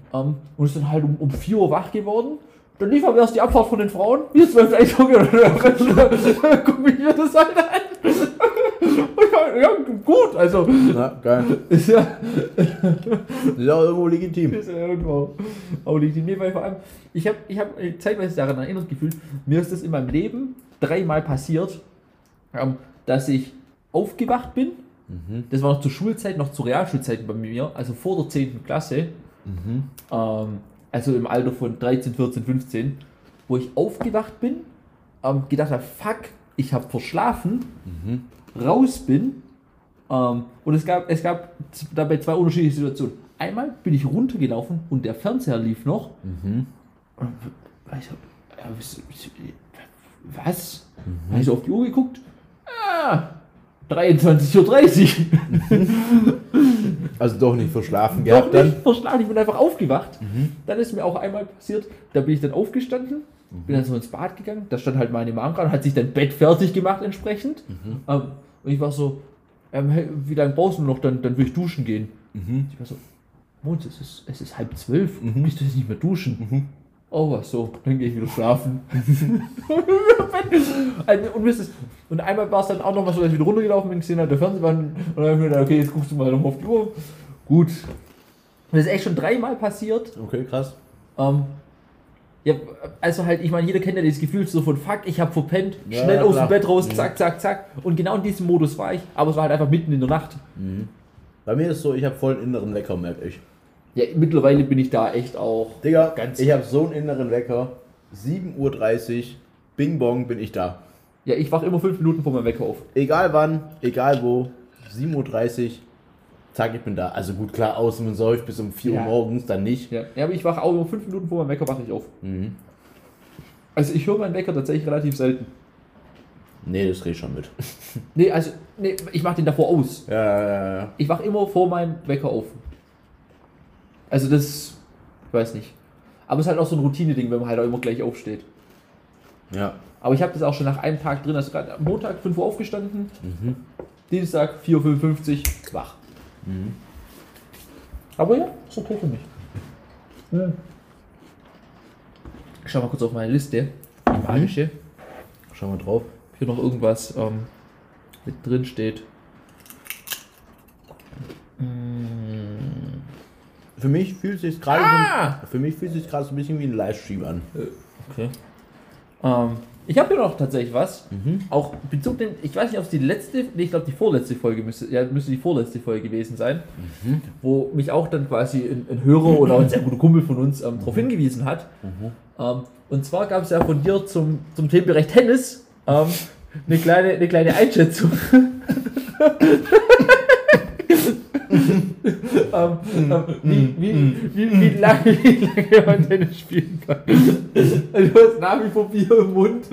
Speaker 2: und ist dann halt um, um 4 Uhr wach geworden. Dann liefern wir erst die Abfahrt von den Frauen. Jetzt läuft eigentlich Hunger. (laughs) Guck mich mir das halt an. (laughs) Und ja, ja, gut, also
Speaker 1: Na, geil.
Speaker 2: ist ja,
Speaker 1: Ist auch irgendwo legitim.
Speaker 2: ist ja irgendwo auch legitim. Nee, weil vor allem, ich habe ich hab zeitweise daran erinnert gefühlt, mir ist das in meinem Leben dreimal passiert, ähm, dass ich aufgewacht bin. Das war noch zur Schulzeit, noch zur Realschulzeit bei mir, also vor der 10. Klasse. Ähm, also im Alter von 13, 14, 15, wo ich aufgewacht bin, ähm, gedacht habe, fuck, ich habe verschlafen, raus bin. Ähm, und es gab, es gab z- dabei zwei unterschiedliche Situationen. Einmal bin ich runtergelaufen und der Fernseher lief noch. Ich so, ja, was? was? Habe ich so auf die Uhr geguckt? Ah, 23.30 Uhr.
Speaker 1: Also doch nicht verschlafen
Speaker 2: Doch
Speaker 1: gehabt dann.
Speaker 2: nicht verschlagen, ich bin einfach aufgewacht. Dann ist mir auch einmal passiert, da bin ich dann aufgestanden, bin dann so ins Bad gegangen, da stand halt meine Mom dran, hat sich dann Bett fertig gemacht entsprechend. Ähm, und ich war so, ähm, hey, wie lange brauchst du noch, dann, dann will ich duschen gehen. Ich war so, Mons, es ist, es ist halb zwölf, willst du jetzt nicht mehr duschen? Oh, was so, dann gehe ich wieder schlafen. (laughs) Also, und, wisst ihr, und einmal war es dann auch noch mal so, dass ich wieder runtergelaufen bin, gesehen habe, der Fernseher war an- und dann habe ich mir gedacht, okay, jetzt guckst du mal nochmal auf die Uhr. Gut. Das ist echt schon dreimal passiert.
Speaker 1: Okay, krass.
Speaker 2: Ähm, ja, also halt, ich meine, jeder kennt ja dieses Gefühl so von Fuck, ich habe verpennt,
Speaker 1: Ja,
Speaker 2: schnell
Speaker 1: ja,
Speaker 2: aus
Speaker 1: klar.
Speaker 2: dem Bett raus,
Speaker 1: Mhm.
Speaker 2: zack, zack, zack. Und genau in diesem Modus war ich, aber es war halt einfach mitten in der Nacht.
Speaker 1: Bei mir ist so, ich habe voll einen inneren Wecker, merke ich.
Speaker 2: Ja, mittlerweile bin ich da echt auch.
Speaker 1: Digga,
Speaker 2: Ganz-
Speaker 1: ich habe so einen inneren Wecker. 7.30 Uhr, Bing Bong, bin ich da.
Speaker 2: Ja, ich wach immer fünf Minuten vor meinem Wecker auf.
Speaker 1: Egal wann, egal wo, 7.30 Uhr, zack, ich bin da. Also gut, klar, außen und säuft bis um 4
Speaker 2: Ja.
Speaker 1: Uhr morgens, dann nicht.
Speaker 2: Ja, ja aber ich wache auch immer fünf Minuten vor meinem Wecker, wache ich auf.
Speaker 1: Mhm.
Speaker 2: Also ich höre meinen Wecker tatsächlich relativ selten.
Speaker 1: Nee, das rede schon mit.
Speaker 2: Nee, also, nee, ich mache den davor aus.
Speaker 1: Ja, ja, ja, ja.
Speaker 2: Ich wache immer vor meinem Wecker auf. Also das, ich weiß nicht. Aber es ist halt auch so ein Routine-Ding, wenn man halt auch immer gleich aufsteht.
Speaker 1: Ja,
Speaker 2: Aber ich habe das auch schon nach einem Tag drin. Also gerade am Montag 5 Uhr aufgestanden, Dienstag 4.55 Uhr wach. Aber ja, ist okay für mich. Ich schau mal kurz auf meine Liste, die magische.
Speaker 1: schau mal drauf.
Speaker 2: Ob hier noch irgendwas ähm, mit drin steht.
Speaker 1: Für mich fühlt sich gerade so, für mich fühlt sich gerade so ein bisschen wie ein Livestream an.
Speaker 2: Okay. Ähm, ich habe hier noch tatsächlich was. Auch Bezug den, ich weiß nicht, ob es die letzte, nee, ich glaube die vorletzte Folge müsste, ja, müsste die vorletzte Folge gewesen sein, wo mich auch dann quasi ein, ein Hörer oder ein sehr guter Kumpel von uns ähm, darauf hingewiesen hat.
Speaker 1: Mhm.
Speaker 2: Ähm, und zwar gab es ja von dir zum, zum Themenbereich Tennis ähm, eine, kleine, eine kleine
Speaker 1: (laughs)
Speaker 2: Einschätzung. (laughs) ähm,
Speaker 1: Mm,
Speaker 2: ähm, wie, wie, wie, wie, lange, wie lange man Tennis spielen kann. Also, Du hast nach wie vor Bier im Mund.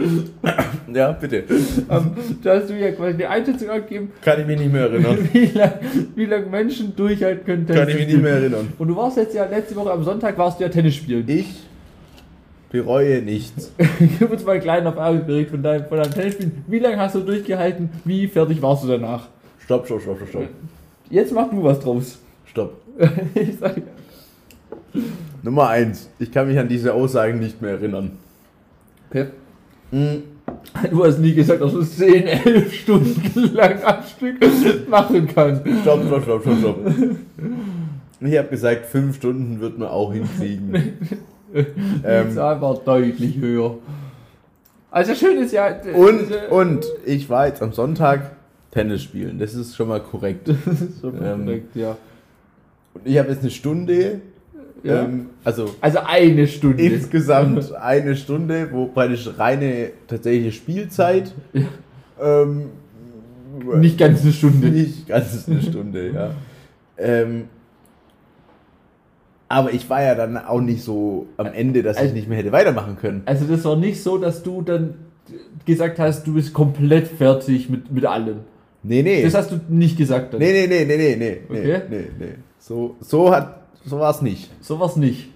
Speaker 1: Ja, bitte.
Speaker 2: Ähm, da hast du ja quasi die Einschätzung angegeben,
Speaker 1: Kann ich mich nicht mehr erinnern.
Speaker 2: wie lange wie lang Menschen durchhalten können Tennis.
Speaker 1: Kann ich mich nicht mehr erinnern.
Speaker 2: Und du warst jetzt ja letzte Woche am Sonntag, warst du ja Tennis spielen.
Speaker 1: Ich bereue nichts.
Speaker 2: Gib uns mal einen kleinen Erfahrungsbericht von deinem, von deinem Tennisspielen. Wie lange hast du durchgehalten? Wie fertig warst du danach?
Speaker 1: Stopp, stopp, stopp, stopp, stopp.
Speaker 2: Jetzt mach du was draus. (laughs)
Speaker 1: Stopp.
Speaker 2: ich sag,
Speaker 1: Nummer eins. Ich kann mich an diese Aussagen nicht mehr erinnern. Hm.
Speaker 2: okay. Du hast nie gesagt, dass du es 10, 11 Stunden (laughs) lang am Stück machen kannst.
Speaker 1: Stopp, stopp, stopp, stopp, stopp. Ich habe gesagt, fünf Stunden wird man auch
Speaker 2: (laughs)
Speaker 1: hinkriegen.
Speaker 2: Die
Speaker 1: ähm,
Speaker 2: Zahl war deutlich höher. Also schön ist ja.
Speaker 1: und, und ich war jetzt am Sonntag Tennis spielen. Das ist schon mal korrekt.
Speaker 2: Das (laughs) ist schon
Speaker 1: Ähm,
Speaker 2: korrekt, ja.
Speaker 1: Und ich habe jetzt eine Stunde,
Speaker 2: ja.
Speaker 1: ähm, also
Speaker 2: also eine Stunde.
Speaker 1: insgesamt eine Stunde, wo praktisch reine tatsächliche Spielzeit. Ähm,
Speaker 2: Nicht ganz eine Stunde.
Speaker 1: Nicht ganz eine Stunde, ja. Ähm, aber ich war ja dann auch nicht so am Ende, dass ich
Speaker 2: Also-
Speaker 1: nicht mehr hätte weitermachen können.
Speaker 2: Also das war nicht so, dass du dann gesagt hast, du bist komplett fertig mit, mit allem.
Speaker 1: Nee, nee.
Speaker 2: Das hast du nicht gesagt dann.
Speaker 1: Nee, nee, nee, nee, nee, nee, nee,
Speaker 2: Okay.
Speaker 1: nee, nee. So, so hat, so war es nicht.
Speaker 2: So war's nicht.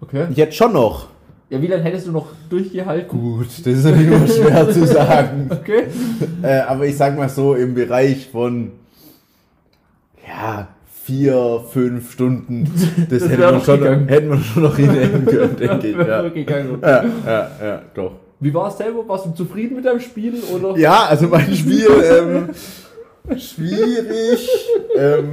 Speaker 2: Okay.
Speaker 1: Ich hätte schon noch.
Speaker 2: Ja, wie lange hättest du noch durchgehalten?
Speaker 1: Gut, das ist natürlich immer schwer zu sagen.
Speaker 2: Okay.
Speaker 1: (laughs) Äh, aber ich sag mal so, im Bereich von, ja, vier, fünf Stunden, das,
Speaker 2: Das
Speaker 1: hätten,
Speaker 2: wär
Speaker 1: wir
Speaker 2: noch
Speaker 1: schon,
Speaker 2: gegangen.
Speaker 1: hätten wir schon noch hinnehmen können,
Speaker 2: (laughs)
Speaker 1: denke ich. Ja.
Speaker 2: Okay, kein Problem.
Speaker 1: Ja, ja, ja, doch.
Speaker 2: Wie war es selber? Warst du zufrieden mit deinem Spiel oder?
Speaker 1: Ja, also mein Spiel, ähm, schwierig. ähm,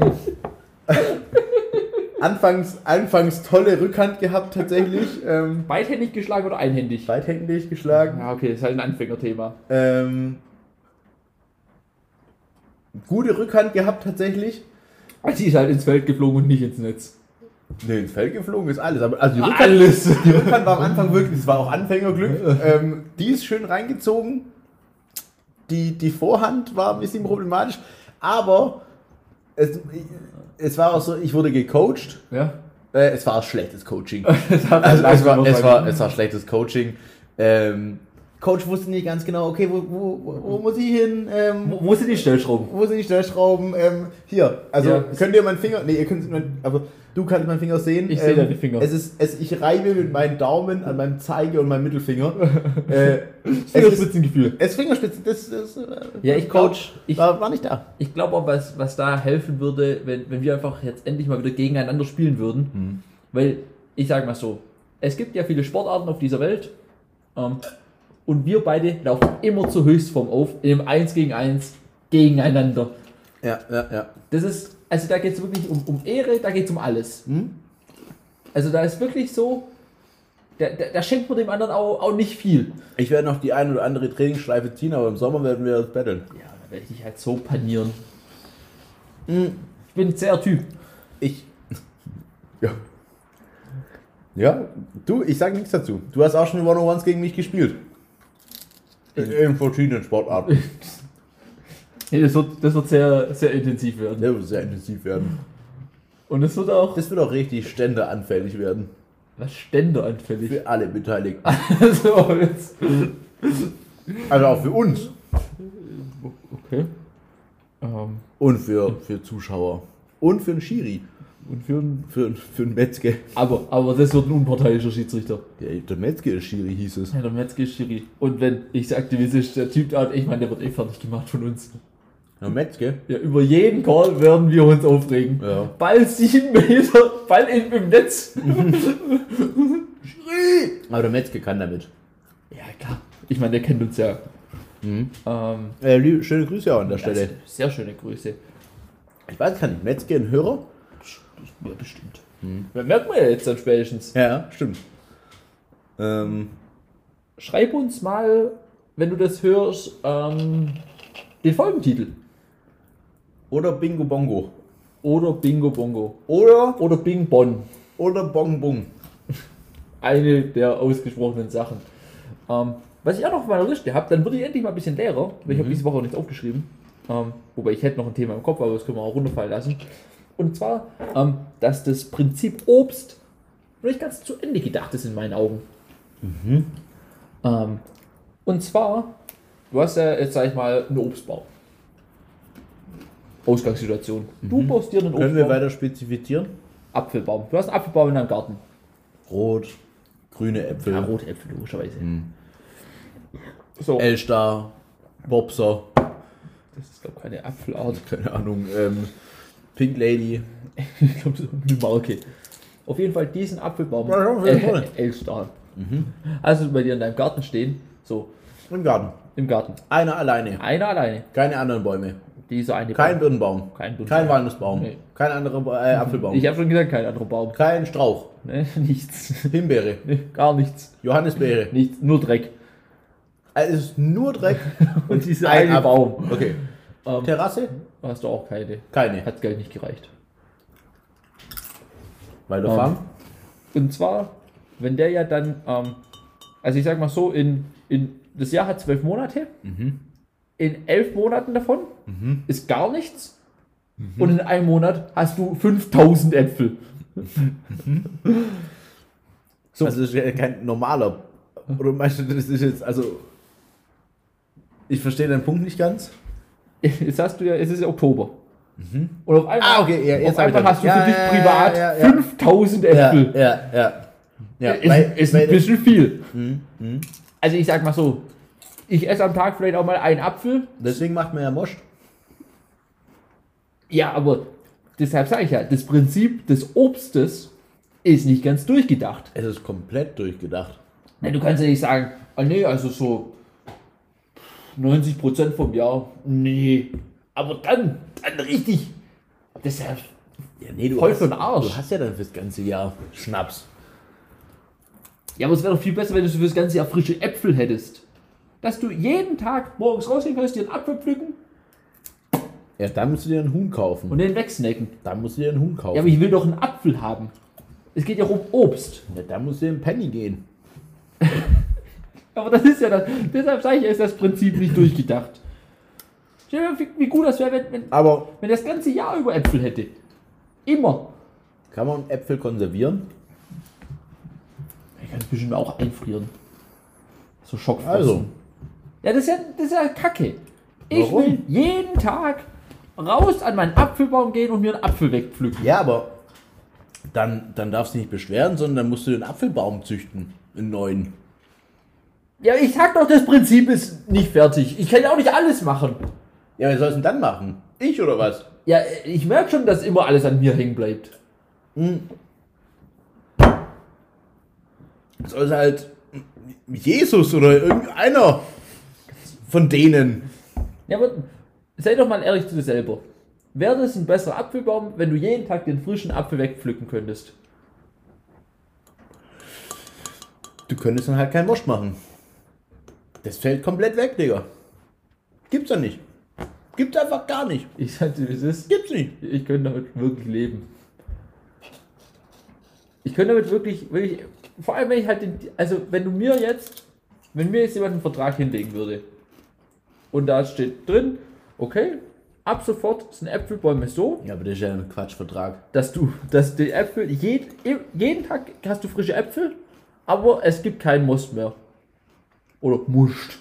Speaker 1: anfangs, anfangs tolle Rückhand gehabt tatsächlich. Ähm,
Speaker 2: Beidhändig geschlagen oder einhändig?
Speaker 1: Weithändig geschlagen.
Speaker 2: Ja, okay, das ist halt ein Anfängerthema.
Speaker 1: Ähm, gute Rückhand gehabt tatsächlich.
Speaker 2: Aber Die ist halt ins Feld geflogen und nicht ins Netz.
Speaker 1: Nee, ins Feld geflogen ist alles. Aber,
Speaker 2: Ah,
Speaker 1: also die Rückhand,
Speaker 2: Alles.
Speaker 1: die Rückhand war am Anfang wirklich, es war auch Anfängerglück. Ähm, die ist schön reingezogen. Die, die Vorhand war ein bisschen problematisch. Aber es, es war auch so, ich wurde gecoacht.
Speaker 2: Ja.
Speaker 1: Äh, es war schlechtes Coaching.
Speaker 2: (laughs) Das hat
Speaker 1: Also,
Speaker 2: halt lange
Speaker 1: es, war,
Speaker 2: noch
Speaker 1: es,
Speaker 2: mal-
Speaker 1: war, es war schlechtes Coaching. Ähm, Coach wusste nicht ganz genau, okay, wo, wo, wo- wo muss ich hin? Ähm,
Speaker 2: Wo sind die Stellschrauben?
Speaker 1: wo sind die Stellschrauben? Ähm, hier, also
Speaker 2: Ja.
Speaker 1: könnt ihr meinen Finger. Nee, ihr könnt mein, aber du kannst meinen Finger sehen. Ähm,
Speaker 2: Ich sehe deine Finger.
Speaker 1: Es ist, es, ich reibe mit meinen Daumen an meinem Zeige und meinem
Speaker 2: (laughs)
Speaker 1: Mittelfinger. äh, es ist,
Speaker 2: Fingerspitzengefühl.
Speaker 1: es Fingerspitzen, das ist. äh,
Speaker 2: Ja, ich Coach. Ich,
Speaker 1: War, war nicht da.
Speaker 2: ich glaube auch, was, was da helfen würde, wenn, wenn wir einfach jetzt endlich mal wieder gegeneinander spielen würden. Weil, ich sag mal so, es gibt ja viele Sportarten auf dieser Welt. Ähm, und wir beide laufen immer zur Höchstform auf, in einem 1 gegen 1 gegeneinander.
Speaker 1: Ja, ja, ja.
Speaker 2: Das ist, also da geht es wirklich um, um Ehre, da geht es um alles.
Speaker 1: Hm?
Speaker 2: Also da ist wirklich so, da, da, da schenkt man dem anderen auch, auch nicht viel.
Speaker 1: Ich werde noch die ein oder andere Trainingsschleife ziehen, aber im Sommer werden wir das battlen.
Speaker 2: Ja, da werde ich dich halt so panieren. Ich bin ein zäher Typ.
Speaker 1: Ich. (laughs) Ja. Ja, du, ich sage nichts dazu. Du hast auch schon 101s gegen mich gespielt. In, in verschiedenen Sportarten.
Speaker 2: (laughs) Nee, das wird, das wird sehr, sehr intensiv werden.
Speaker 1: Der wird sehr intensiv werden.
Speaker 2: Und es wird auch
Speaker 1: Das wird auch richtig ständeanfällig werden.
Speaker 2: was ständeanfällig.
Speaker 1: Für alle Beteiligten.
Speaker 2: (laughs) Also jetzt.
Speaker 1: Also auch für uns.
Speaker 2: Okay. Ähm,
Speaker 1: Und für, für Zuschauer. Und für einen Schiri.
Speaker 2: und für ein,
Speaker 1: Für, für einen Metzger.
Speaker 2: aber, aber das wird ein unparteiischer Schiedsrichter.
Speaker 1: Der, der Metzger ist Schiri, hieß es.
Speaker 2: Ja, der Metzger ist Schiri. Und wenn ich sag aktivistisch, der Typ da, ich meine, der wird eh fertig gemacht von uns.
Speaker 1: Der Metzger?
Speaker 2: Ja, über jeden Call werden wir uns aufregen.
Speaker 1: Ja.
Speaker 2: Ball 7 Meter, Ball in, im Netz.
Speaker 1: Aber der Metzger kann damit.
Speaker 2: Ja, klar. Ich meine, der kennt uns ja. Ähm,
Speaker 1: Äh, liebe, schöne Grüße auch an der Stelle.
Speaker 2: also, sehr schöne Grüße.
Speaker 1: Ich weiß gar nicht, Metzger ein Hörer?
Speaker 2: Ja, bestimmt. Das Mhm. merkt man ja jetzt dann spätestens.
Speaker 1: Ja, stimmt. Ähm,
Speaker 2: Schreib uns mal, wenn du das hörst, ähm, den Folgentitel.
Speaker 1: Oder Bingo Bongo.
Speaker 2: Oder Bingo Bongo.
Speaker 1: Oder,
Speaker 2: Oder Bing Bon.
Speaker 1: oder Bong Bung.
Speaker 2: Eine der ausgesprochenen Sachen. Ähm, was ich auch noch auf meiner Liste habe, dann würde ich endlich mal ein bisschen leerer, weil ich
Speaker 1: Mhm.
Speaker 2: habe diese Woche auch nichts aufgeschrieben. Ähm, wobei ich hätte noch ein Thema im Kopf, aber das können wir auch runterfallen lassen. Und zwar, ähm, dass das Prinzip Obst noch nicht ganz zu Ende gedacht ist in meinen Augen.
Speaker 1: Mhm.
Speaker 2: Ähm, und zwar, du hast ja jetzt, sag ich mal, einen Obstbau. Ausgangssituation. Du baust dir einen
Speaker 1: Mhm. Können wir
Speaker 2: Obstbaum,
Speaker 1: weiter spezifizieren?
Speaker 2: Apfelbaum. Du hast einen Apfelbaum in deinem Garten.
Speaker 1: Rot, grüne Äpfel,
Speaker 2: Ja, rote Äpfel, logischerweise. So,
Speaker 1: Elstar, Bobser,
Speaker 2: Äh, das ist, glaube ich, keine Apfelart. (laughs)
Speaker 1: keine Ahnung, ähm, Pink Lady.
Speaker 2: ich glaube, das ist eine Marke. Auf jeden Fall diesen Apfelbaum. äh,
Speaker 1: Ja, ja, auf jeden Fall.
Speaker 2: Elstar. Also bei dir in deinem Garten stehen, so
Speaker 1: Im Garten.
Speaker 2: im Garten.
Speaker 1: Einer alleine.
Speaker 2: Einer alleine.
Speaker 1: Keine anderen Bäume.
Speaker 2: Dieser eine
Speaker 1: Kein
Speaker 2: Baum.
Speaker 1: Birnenbaum.
Speaker 2: Kein Birnenbaum.
Speaker 1: Kein Walnussbaum.
Speaker 2: Nee.
Speaker 1: Kein anderer Ba- äh, Apfelbaum.
Speaker 2: Ich habe schon gesagt, kein anderer Baum. (laughs)
Speaker 1: Kein Strauch.
Speaker 2: Ne? Nichts. (laughs)
Speaker 1: Himbeere.
Speaker 2: Ne, Gar nichts.
Speaker 1: Johannisbeere. Also
Speaker 2: Nichts. Nur Dreck.
Speaker 1: Es ist nur Dreck.
Speaker 2: (laughs) Und dieser
Speaker 1: ein
Speaker 2: eine
Speaker 1: Apfel.
Speaker 2: Baum.
Speaker 1: Okay.
Speaker 2: Ähm.
Speaker 1: Terrasse?
Speaker 2: Hast du auch keine.
Speaker 1: Keine.
Speaker 2: Hat Geld nicht gereicht.
Speaker 1: Weiterfahren?
Speaker 2: Und zwar, wenn der ja dann, ähm, also ich sag mal so, in, in das Jahr hat zwölf Monate,
Speaker 1: Mhm.
Speaker 2: in elf Monaten davon ist gar nichts
Speaker 1: Mhm.
Speaker 2: und in einem Monat hast du 5000 Äpfel. So.
Speaker 1: Also das ist ja kein normaler. Oder meinst du, das ist jetzt, also. Ich verstehe deinen Punkt nicht ganz.
Speaker 2: Jetzt hast du ja, es ist ja Oktober. Und auf einmal,
Speaker 1: Ah, okay, ja, jetzt
Speaker 2: auf
Speaker 1: hab ich
Speaker 2: einmal
Speaker 1: das.
Speaker 2: hast du
Speaker 1: Ja,
Speaker 2: für dich
Speaker 1: ja, ja,
Speaker 2: privat
Speaker 1: ja, ja.
Speaker 2: 5000 Äpfel.
Speaker 1: ja, ja. ja
Speaker 2: ist,
Speaker 1: weil,
Speaker 2: ist
Speaker 1: weil, Mhm,
Speaker 2: ein bisschen viel. Also ich sag mal so, ich esse am Tag vielleicht auch mal einen Apfel,
Speaker 1: Deswegen macht man ja Mosch.
Speaker 2: Ja, aber deshalb sage ich ja, das Prinzip des Obstes ist nicht ganz durchgedacht.
Speaker 1: Es ist komplett durchgedacht.
Speaker 2: Na, du kannst ja nicht sagen, ah nee, also so 90% vom Jahr, nee. Aber dann, dann richtig. Deshalb,
Speaker 1: Ja, nee, du
Speaker 2: Voll
Speaker 1: hast,
Speaker 2: für den Arsch.
Speaker 1: Du hast ja dann fürs ganze Jahr Schnaps.
Speaker 2: ja, aber es wäre doch viel besser, wenn du so für das ganze Jahr frische Äpfel hättest. Dass du jeden Tag morgens rausgehen kannst, dir einen Apfel pflücken
Speaker 1: Ja, dann musst du dir einen Huhn kaufen.
Speaker 2: und den wegsnacken.
Speaker 1: dann musst du dir einen Huhn kaufen.
Speaker 2: Ja, aber ich will doch einen Apfel haben. Es geht ja um Obst.
Speaker 1: Ja, dann musst du dir einen Penny gehen.
Speaker 2: Aber das ist ja das. Deshalb sage ich, ist das Prinzip nicht durchgedacht. Stell dir mal, wie, wie gut das wäre, wenn, wenn,
Speaker 1: Aber
Speaker 2: wenn das ganze Jahr über Äpfel hätte. Immer.
Speaker 1: Kann man Äpfel konservieren?
Speaker 2: Ich kann es bestimmt auch einfrieren. So Schockfrost.
Speaker 1: Also,
Speaker 2: Ja, das ist ja, das ist ja Kacke. Ich
Speaker 1: Warum?
Speaker 2: will jeden Tag raus an meinen Apfelbaum gehen und mir einen Apfel wegpflücken.
Speaker 1: ja, aber dann, dann darfst du dich nicht beschweren, sondern dann musst du den Apfelbaum züchten. Einen neuen.
Speaker 2: Ja, ich sag doch, das Prinzip ist nicht fertig. Ich kann ja auch nicht alles machen.
Speaker 1: Ja, wer soll es denn dann machen? Ich oder was?
Speaker 2: Ja, ich merke schon, dass immer alles an mir hängen bleibt.
Speaker 1: Soll es halt Jesus oder irgendeiner von denen.
Speaker 2: Ja, aber sei doch mal ehrlich zu dir selber. Wäre das ein besserer Apfelbaum, wenn du jeden Tag den frischen Apfel wegpflücken könntest?
Speaker 1: Du könntest dann halt keinen Wurst machen. Das fällt komplett weg, Digga. Gibt's ja nicht. Gibt's einfach gar nicht.
Speaker 2: Ich sag dir, wie es ist.
Speaker 1: Gibt's nicht.
Speaker 2: Ich könnte damit wirklich leben. Ich könnte damit wirklich, wirklich, vor allem wenn ich halt den, also wenn du mir jetzt, wenn mir jetzt jemand einen Vertrag hinlegen würde und da steht drin, okay, ab sofort sind Äpfelbäume so,
Speaker 1: Ja, aber das ist ja ein Quatschvertrag.
Speaker 2: dass du, dass die Äpfel, jed, jeden Tag hast du frische Äpfel, aber es gibt keinen Most mehr. Oder Muscht.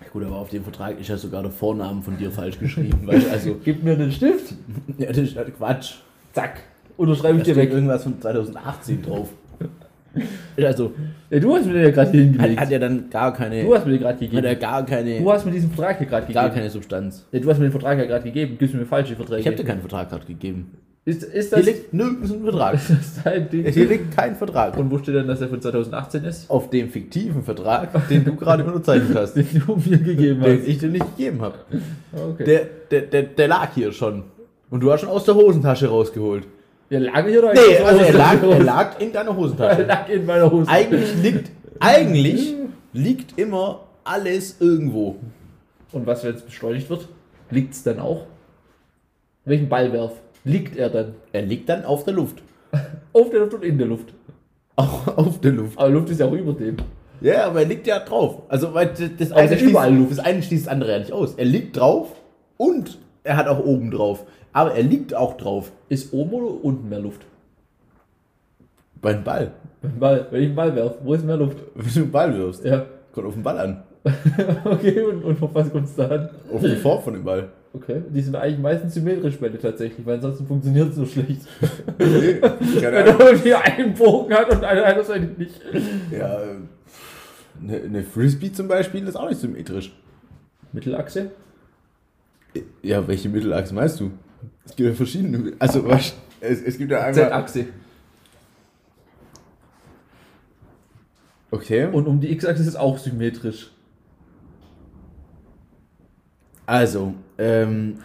Speaker 1: Ja, Gut, aber auf dem Vertrag ist ja sogar der Vornamen von dir falsch geschrieben. (laughs) Weil, also,
Speaker 2: Gib mir den Stift,
Speaker 1: ja, das ist halt Quatsch.
Speaker 2: zack, unterschreibe
Speaker 1: Da
Speaker 2: ich dir
Speaker 1: steht
Speaker 2: weg.
Speaker 1: irgendwas von 2018
Speaker 2: (laughs)
Speaker 1: drauf. Also,
Speaker 2: Ja, du hast mir den ja gerade hingelegt.
Speaker 1: hat, hat ja dann gar keine.
Speaker 2: du hast mir den gerade gegeben.
Speaker 1: hat ja gar keine.
Speaker 2: Du hast mir diesen Vertrag hier gerade
Speaker 1: gar
Speaker 2: gegeben.
Speaker 1: keine Substanz.
Speaker 2: Ja, du hast mir den Vertrag ja gerade gegeben. Gibst du mir falsche Verträge?
Speaker 1: Ich habe dir keinen Vertrag gerade gegeben.
Speaker 2: ist, ist
Speaker 1: Hier
Speaker 2: das,
Speaker 1: liegt nirgends ein Vertrag.
Speaker 2: (laughs) ist das dein
Speaker 1: Hier
Speaker 2: Ding?
Speaker 1: liegt kein Vertrag. Und
Speaker 2: Und wo steht denn, dass er von 2018 ist? (laughs)
Speaker 1: auf dem fiktiven Vertrag, den du gerade unterzeichnet (laughs) hast,
Speaker 2: Den du mir gegeben
Speaker 1: den
Speaker 2: hast.
Speaker 1: ich dir nicht gegeben habe,
Speaker 2: Okay.
Speaker 1: der, der, der, der lag hier schon. Und du hast schon aus der Hosentasche rausgeholt.
Speaker 2: ja, lag ich oder?
Speaker 1: Nee, also er lag, er lag Mhm. in deiner
Speaker 2: (laughs)
Speaker 1: (laughs)
Speaker 2: Er
Speaker 1: Hosentasche.
Speaker 2: lag in meiner Hose.
Speaker 1: Eigentlich liegt, eigentlich liegt immer alles irgendwo.
Speaker 2: Und was, wenn es beschleunigt wird? Liegt es dann auch? Wenn ich einen Ball werf, liegt er dann?
Speaker 1: Er liegt dann auf der Luft. (laughs)
Speaker 2: Auf der Luft und in der Luft.
Speaker 1: Auch auf der Luft.
Speaker 2: Aber Luft ist ja auch über dem.
Speaker 1: Ja, aber er liegt ja drauf. Also weil das das
Speaker 2: Also
Speaker 1: eine, schließt,
Speaker 2: überall Luft.
Speaker 1: das eine schließt das andere ja nicht aus. Er liegt drauf und er hat auch oben drauf. Aber er liegt auch drauf.
Speaker 2: Ist oben oder unten mehr Luft?
Speaker 1: Beim Ball. (laughs)
Speaker 2: Beim Ball, wenn ich einen Ball werf, wo ist mehr Luft?
Speaker 1: Wenn du einen Ball wirfst.
Speaker 2: Ja. (laughs)
Speaker 1: Kommt auf den Ball an.
Speaker 2: okay, und, und auf was kommt es da an?
Speaker 1: Auf die Form von dem Ball.
Speaker 2: Okay, die sind eigentlich meistens symmetrisch bei dir tatsächlich, weil ansonsten funktioniert es so schlecht.
Speaker 1: Nee, keine
Speaker 2: Wenn
Speaker 1: Ahnung.
Speaker 2: er hier einen Bogen hat und einer anderseitig nicht.
Speaker 1: Ja, äh, eine, eine Frisbee zum Beispiel ist auch nicht symmetrisch.
Speaker 2: Mittelachse?
Speaker 1: Ja, welche Mittelachse meinst du? Es gibt ja verschiedene. Also, was, es, es gibt ja einmal.
Speaker 2: Z-Achse.
Speaker 1: Okay.
Speaker 2: Und um die X-Achse ist es auch symmetrisch. (laughs)
Speaker 1: Also, ähm,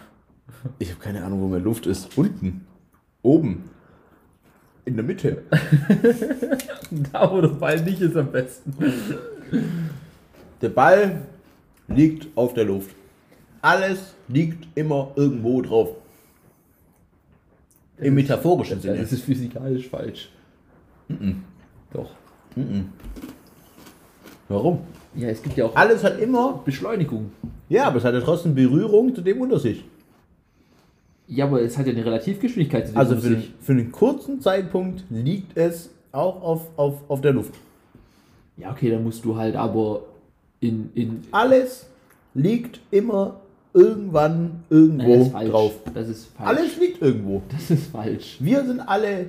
Speaker 1: ich habe keine Ahnung, wo mehr Luft ist. Unten. Oben. In der Mitte.
Speaker 2: Da wo der Ball nicht ist am besten.
Speaker 1: Der Ball liegt auf der Luft. Alles liegt immer irgendwo drauf. Im metaphorischen Sinne.
Speaker 2: Das ist physikalisch falsch. Doch.
Speaker 1: Warum?
Speaker 2: Ja, es gibt ja auch
Speaker 1: Alles hat immer.
Speaker 2: Beschleunigung.
Speaker 1: Ja, aber es hat ja trotzdem Berührung zu dem unter sich.
Speaker 2: Ja, aber es hat ja eine Relativgeschwindigkeit zu dem
Speaker 1: Also
Speaker 2: um
Speaker 1: für,
Speaker 2: sich.
Speaker 1: einen- für einen kurzen Zeitpunkt liegt es auch auf, auf, auf der Luft.
Speaker 2: Ja, okay, dann musst du halt aber in. in
Speaker 1: Alles liegt immer irgendwann
Speaker 2: das
Speaker 1: irgendwo
Speaker 2: ist falsch.
Speaker 1: drauf.
Speaker 2: Das ist falsch.
Speaker 1: Alles liegt irgendwo.
Speaker 2: Das ist falsch.
Speaker 1: Wir sind alle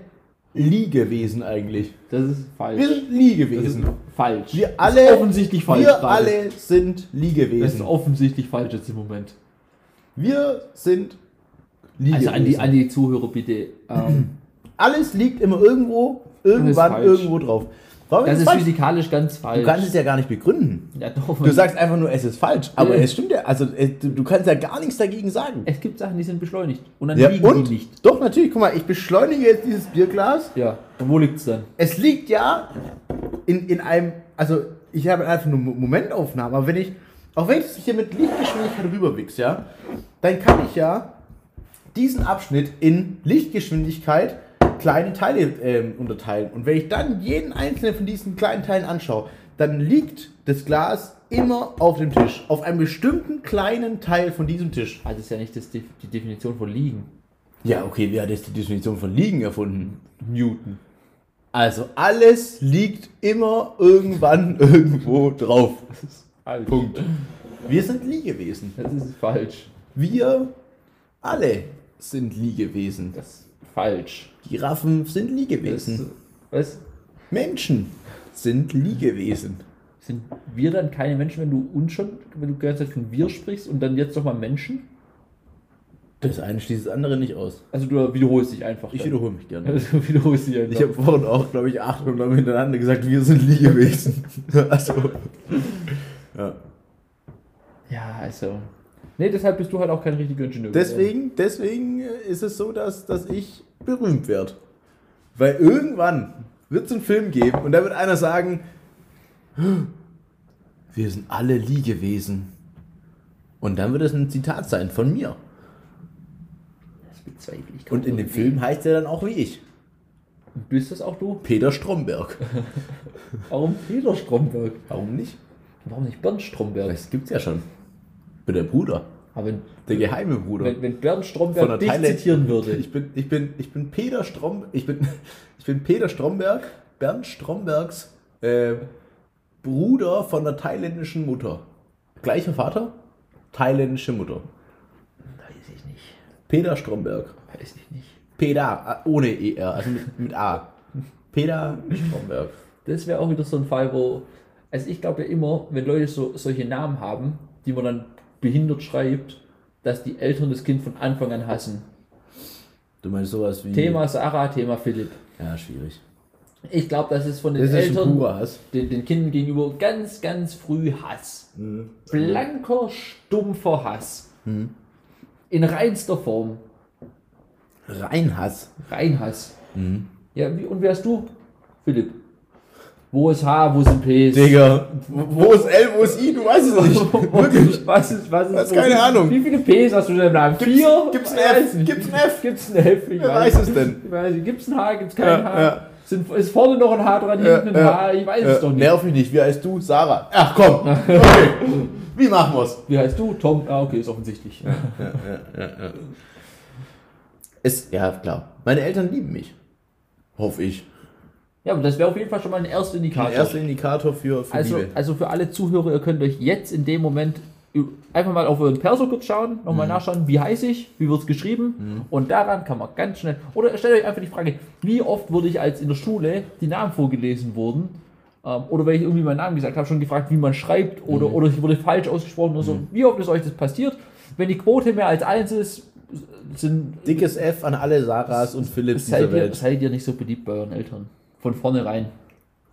Speaker 1: Liegewesen eigentlich.
Speaker 2: Das ist falsch.
Speaker 1: Wir sind
Speaker 2: Das ist
Speaker 1: Liegewesen.
Speaker 2: falsch.
Speaker 1: Wir alle,
Speaker 2: das ist offensichtlich falsch.
Speaker 1: wir
Speaker 2: gerade.
Speaker 1: alle sind
Speaker 2: das ist
Speaker 1: Liegewesen.
Speaker 2: offensichtlich falsch jetzt im Moment.
Speaker 1: Wir sind Liegewesen.
Speaker 2: Also an die, an die Zuhörer bitte. Ähm,
Speaker 1: (clears throat) Alles liegt immer irgendwo, irgendwann
Speaker 2: falsch.
Speaker 1: irgendwo drauf. Warum
Speaker 2: das
Speaker 1: ist
Speaker 2: ist
Speaker 1: das falsch?
Speaker 2: physikalisch ganz falsch.
Speaker 1: Du kannst es ja gar nicht begründen.
Speaker 2: ja, doch,
Speaker 1: Du sagst einfach nur, es ist falsch, aber
Speaker 2: Ja.
Speaker 1: es stimmt ja. Also es, du, du kannst ja gar nichts dagegen sagen.
Speaker 2: es gibt Sachen, die sind beschleunigt. Und dann
Speaker 1: Ja,
Speaker 2: liegen
Speaker 1: und?
Speaker 2: die nicht.
Speaker 1: Doch, natürlich. Guck mal, ich beschleunige jetzt dieses Bierglas.
Speaker 2: Ja, und wo liegt es dann?
Speaker 1: Es liegt ja in, in einem, also ich habe einfach nur Mo- Momentaufnahmen, aber wenn ich, auch wenn ich es hier mit Lichtgeschwindigkeit rüberwichse, ja, dann kann ich ja diesen Abschnitt in Lichtgeschwindigkeit kleine Teile ähm, unterteilen. Und wenn ich dann jeden einzelnen von diesen kleinen Teilen anschaue, dann liegt das Glas immer auf dem Tisch, auf einem bestimmten kleinen Teil von diesem Tisch.
Speaker 2: Also das ist ja nicht das, Def- die Definition von liegen.
Speaker 1: Ja, okay, wer hat jetzt die Definition von liegen erfunden?
Speaker 2: Newton.
Speaker 1: Also alles liegt immer irgendwann (laughs) irgendwo drauf.
Speaker 2: Falsch.
Speaker 1: Punkt. Wir sind Liegewesen.
Speaker 2: Das ist falsch.
Speaker 1: Wir alle sind Liegewesen.
Speaker 2: Das ist falsch.
Speaker 1: Giraffen sind
Speaker 2: Das,
Speaker 1: Liegewesen.
Speaker 2: was?
Speaker 1: Menschen sind Liegewesen.
Speaker 2: Sind wir dann keine Menschen, wenn du uns schon, wenn du die ganze Zeit von wir sprichst und dann jetzt nochmal Menschen?
Speaker 1: Das eine schließt das andere nicht aus.
Speaker 2: Also du wiederholst dich einfach.
Speaker 1: Ich
Speaker 2: dann.
Speaker 1: wiederhole mich gerne.
Speaker 2: Also du wiederholst dich einfach.
Speaker 1: Ich habe vorhin auch, glaube ich, 800 Mal hintereinander gesagt, wir sind Liegewesen. (laughs) also, ja.
Speaker 2: ja, also. Nee, deshalb bist du halt auch kein richtiger Ingenieur.
Speaker 1: Deswegen, deswegen ist es so, dass, dass ich berühmt werde. Weil irgendwann wird es einen Film geben und da wird einer sagen, wir sind alle Liegewesen. Und dann wird es ein Zitat sein von mir.
Speaker 2: geworden. Das bezweifle ich.
Speaker 1: Und in dem Film heißt er dann auch wie ich.
Speaker 2: Bist das auch du?
Speaker 1: Peter Stromberg.
Speaker 2: Warum Peter Stromberg?
Speaker 1: Warum nicht?
Speaker 2: Warum nicht Bernd Stromberg?
Speaker 1: Das gibt's ja schon. Mit der Bruder.
Speaker 2: Aber wenn,
Speaker 1: Der geheime Bruder.
Speaker 2: wenn, wenn
Speaker 1: von
Speaker 2: Bernd Stromberg
Speaker 1: der
Speaker 2: dich
Speaker 1: Thailand.
Speaker 2: zitieren würde,
Speaker 1: Ich bin, ich bin, ich bin Peter Strom, ich bin, (laughs) ich bin Peter Stromberg, Bernd Strombergs äh, Bruder von der thailändischen Mutter. Gleicher Vater, thailändische Mutter.
Speaker 2: weiß ich nicht.
Speaker 1: Peter Stromberg.
Speaker 2: Weiß ich nicht.
Speaker 1: Peter, äh, ohne ER, also mit, mit A. Peter Stromberg.
Speaker 2: Das wäre auch wieder so ein Fall, wo. Also ich glaube ja immer, wenn Leute so, solche Namen haben, die man dann behindert schreibt, dass die Eltern das Kind von Anfang an hassen.
Speaker 1: Mhm. Du meinst sowas wie.
Speaker 2: Thema Sarah, Thema Philipp.
Speaker 1: Ja, schwierig.
Speaker 2: Ich glaube, das ist von den
Speaker 1: Das ist ein
Speaker 2: Eltern,
Speaker 1: purer Hass.
Speaker 2: den, den Kindern gegenüber ganz, ganz früh Hass.
Speaker 1: Mhm.
Speaker 2: Blanker, stumpfer Hass. In reinster Form.
Speaker 1: Reinhass.
Speaker 2: Reinhass.
Speaker 1: Mhm.
Speaker 2: Ja, wie, und wer ist du? Philipp. Wo ist H, wo sind Ps?
Speaker 1: Digga, wo ist L, wo ist I, du weißt es nicht.
Speaker 2: (laughs)
Speaker 1: Wirklich.
Speaker 2: Was ist, was ist,
Speaker 1: Hast keine Ahnung.
Speaker 2: Wie viele Ps hast du in deinem Namen? Vier?
Speaker 1: gibt's ein
Speaker 2: Ich weiß
Speaker 1: F?
Speaker 2: nicht.
Speaker 1: Gibt's ein F?
Speaker 2: Gibt's ein F? Ich
Speaker 1: Wer weiß es denn?
Speaker 2: Ich weiß nicht. Gibt's ein H? Gibt's kein
Speaker 1: Ja,
Speaker 2: H?
Speaker 1: ja.
Speaker 2: Sind, ist vorne noch ein H dran,
Speaker 1: Ja,
Speaker 2: hinten ein
Speaker 1: ja.
Speaker 2: H? Ich weiß
Speaker 1: Äh,
Speaker 2: es doch nicht.
Speaker 1: Nerv mich nicht, wie heißt du? Sarah. Ach
Speaker 2: (laughs)
Speaker 1: komm, okay. Wie machen wir's?
Speaker 2: Wie heißt du? Tom? Ah, okay, ist offensichtlich.
Speaker 1: Es, ja, klar. Meine Eltern lieben mich. Hoffe ich.
Speaker 2: Ja, aber das wäre auf jeden Fall schon mal ein erster
Speaker 1: Der
Speaker 2: Indikator.
Speaker 1: erste Indikator für, für
Speaker 2: also,
Speaker 1: Liebe.
Speaker 2: also für alle Zuhörer, ihr könnt euch jetzt in dem Moment ü- einfach mal auf euren Perso kurz schauen, nochmal
Speaker 1: Mhm.
Speaker 2: nachschauen, wie heiße ich, wie wird es geschrieben und daran kann man ganz schnell, oder stellt euch einfach die Frage, wie oft wurde ich als in der Schule die Namen vorgelesen wurden ähm, oder wenn ich irgendwie meinen Namen gesagt habe, schon gefragt, wie man schreibt oder,
Speaker 1: Mhm.
Speaker 2: oder ich wurde falsch ausgesprochen oder so, wie oft ist euch das passiert? Wenn die Quote mehr als eins ist, sind,
Speaker 1: Dickes F an alle Sarahs und Philipps
Speaker 2: seid,
Speaker 1: dieser
Speaker 2: ihr,
Speaker 1: Welt.
Speaker 2: seid ihr nicht so beliebt bei euren Eltern.
Speaker 1: (laughs)
Speaker 2: Von vornherein.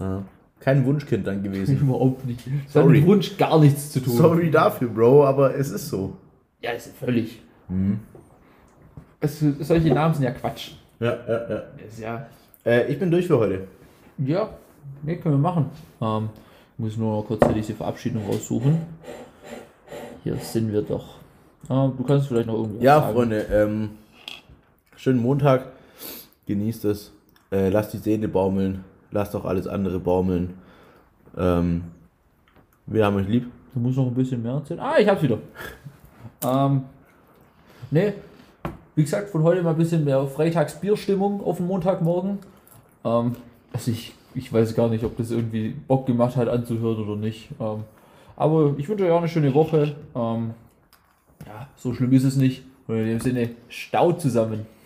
Speaker 1: Ja. Kein Wunschkind dann gewesen.
Speaker 2: Überhaupt nicht. Das hat
Speaker 1: Sorry.
Speaker 2: mit Wunsch gar nichts (laughs) zu tun.
Speaker 1: Sorry dafür, Bro, aber es ist so.
Speaker 2: Ja, das ist völlig. Hm. Es, solche Namen sind ja Quatsch.
Speaker 1: Ja, ja, ja.
Speaker 2: Das ist ja.
Speaker 1: Äh, ich bin durch für heute.
Speaker 2: Ja, nee, können wir machen. Ähm, muss nur noch kurz diese Verabschiedung raussuchen. Hier sind wir doch. Ähm, du kannst vielleicht noch irgendwie.
Speaker 1: Ja,
Speaker 2: sagen.
Speaker 1: Freunde, ähm, schönen Montag. Genießt es. Äh, lasst die Seele baumeln. Lasst auch alles andere baumeln. Ähm, wir haben euch lieb.
Speaker 2: Du musst noch ein bisschen mehr erzählen. Ah, ich hab's wieder. ähm, nee, wie gesagt, von heute mal ein bisschen mehr Freitagsbierstimmung auf den Montagmorgen. Ähm, also ich, ich weiß gar nicht, ob das irgendwie Bock gemacht hat anzuhören oder nicht. Ähm, aber ich wünsche euch auch eine schöne Woche. Ähm, ja, so schlimm ist es nicht. Und in dem Sinne, staut zusammen.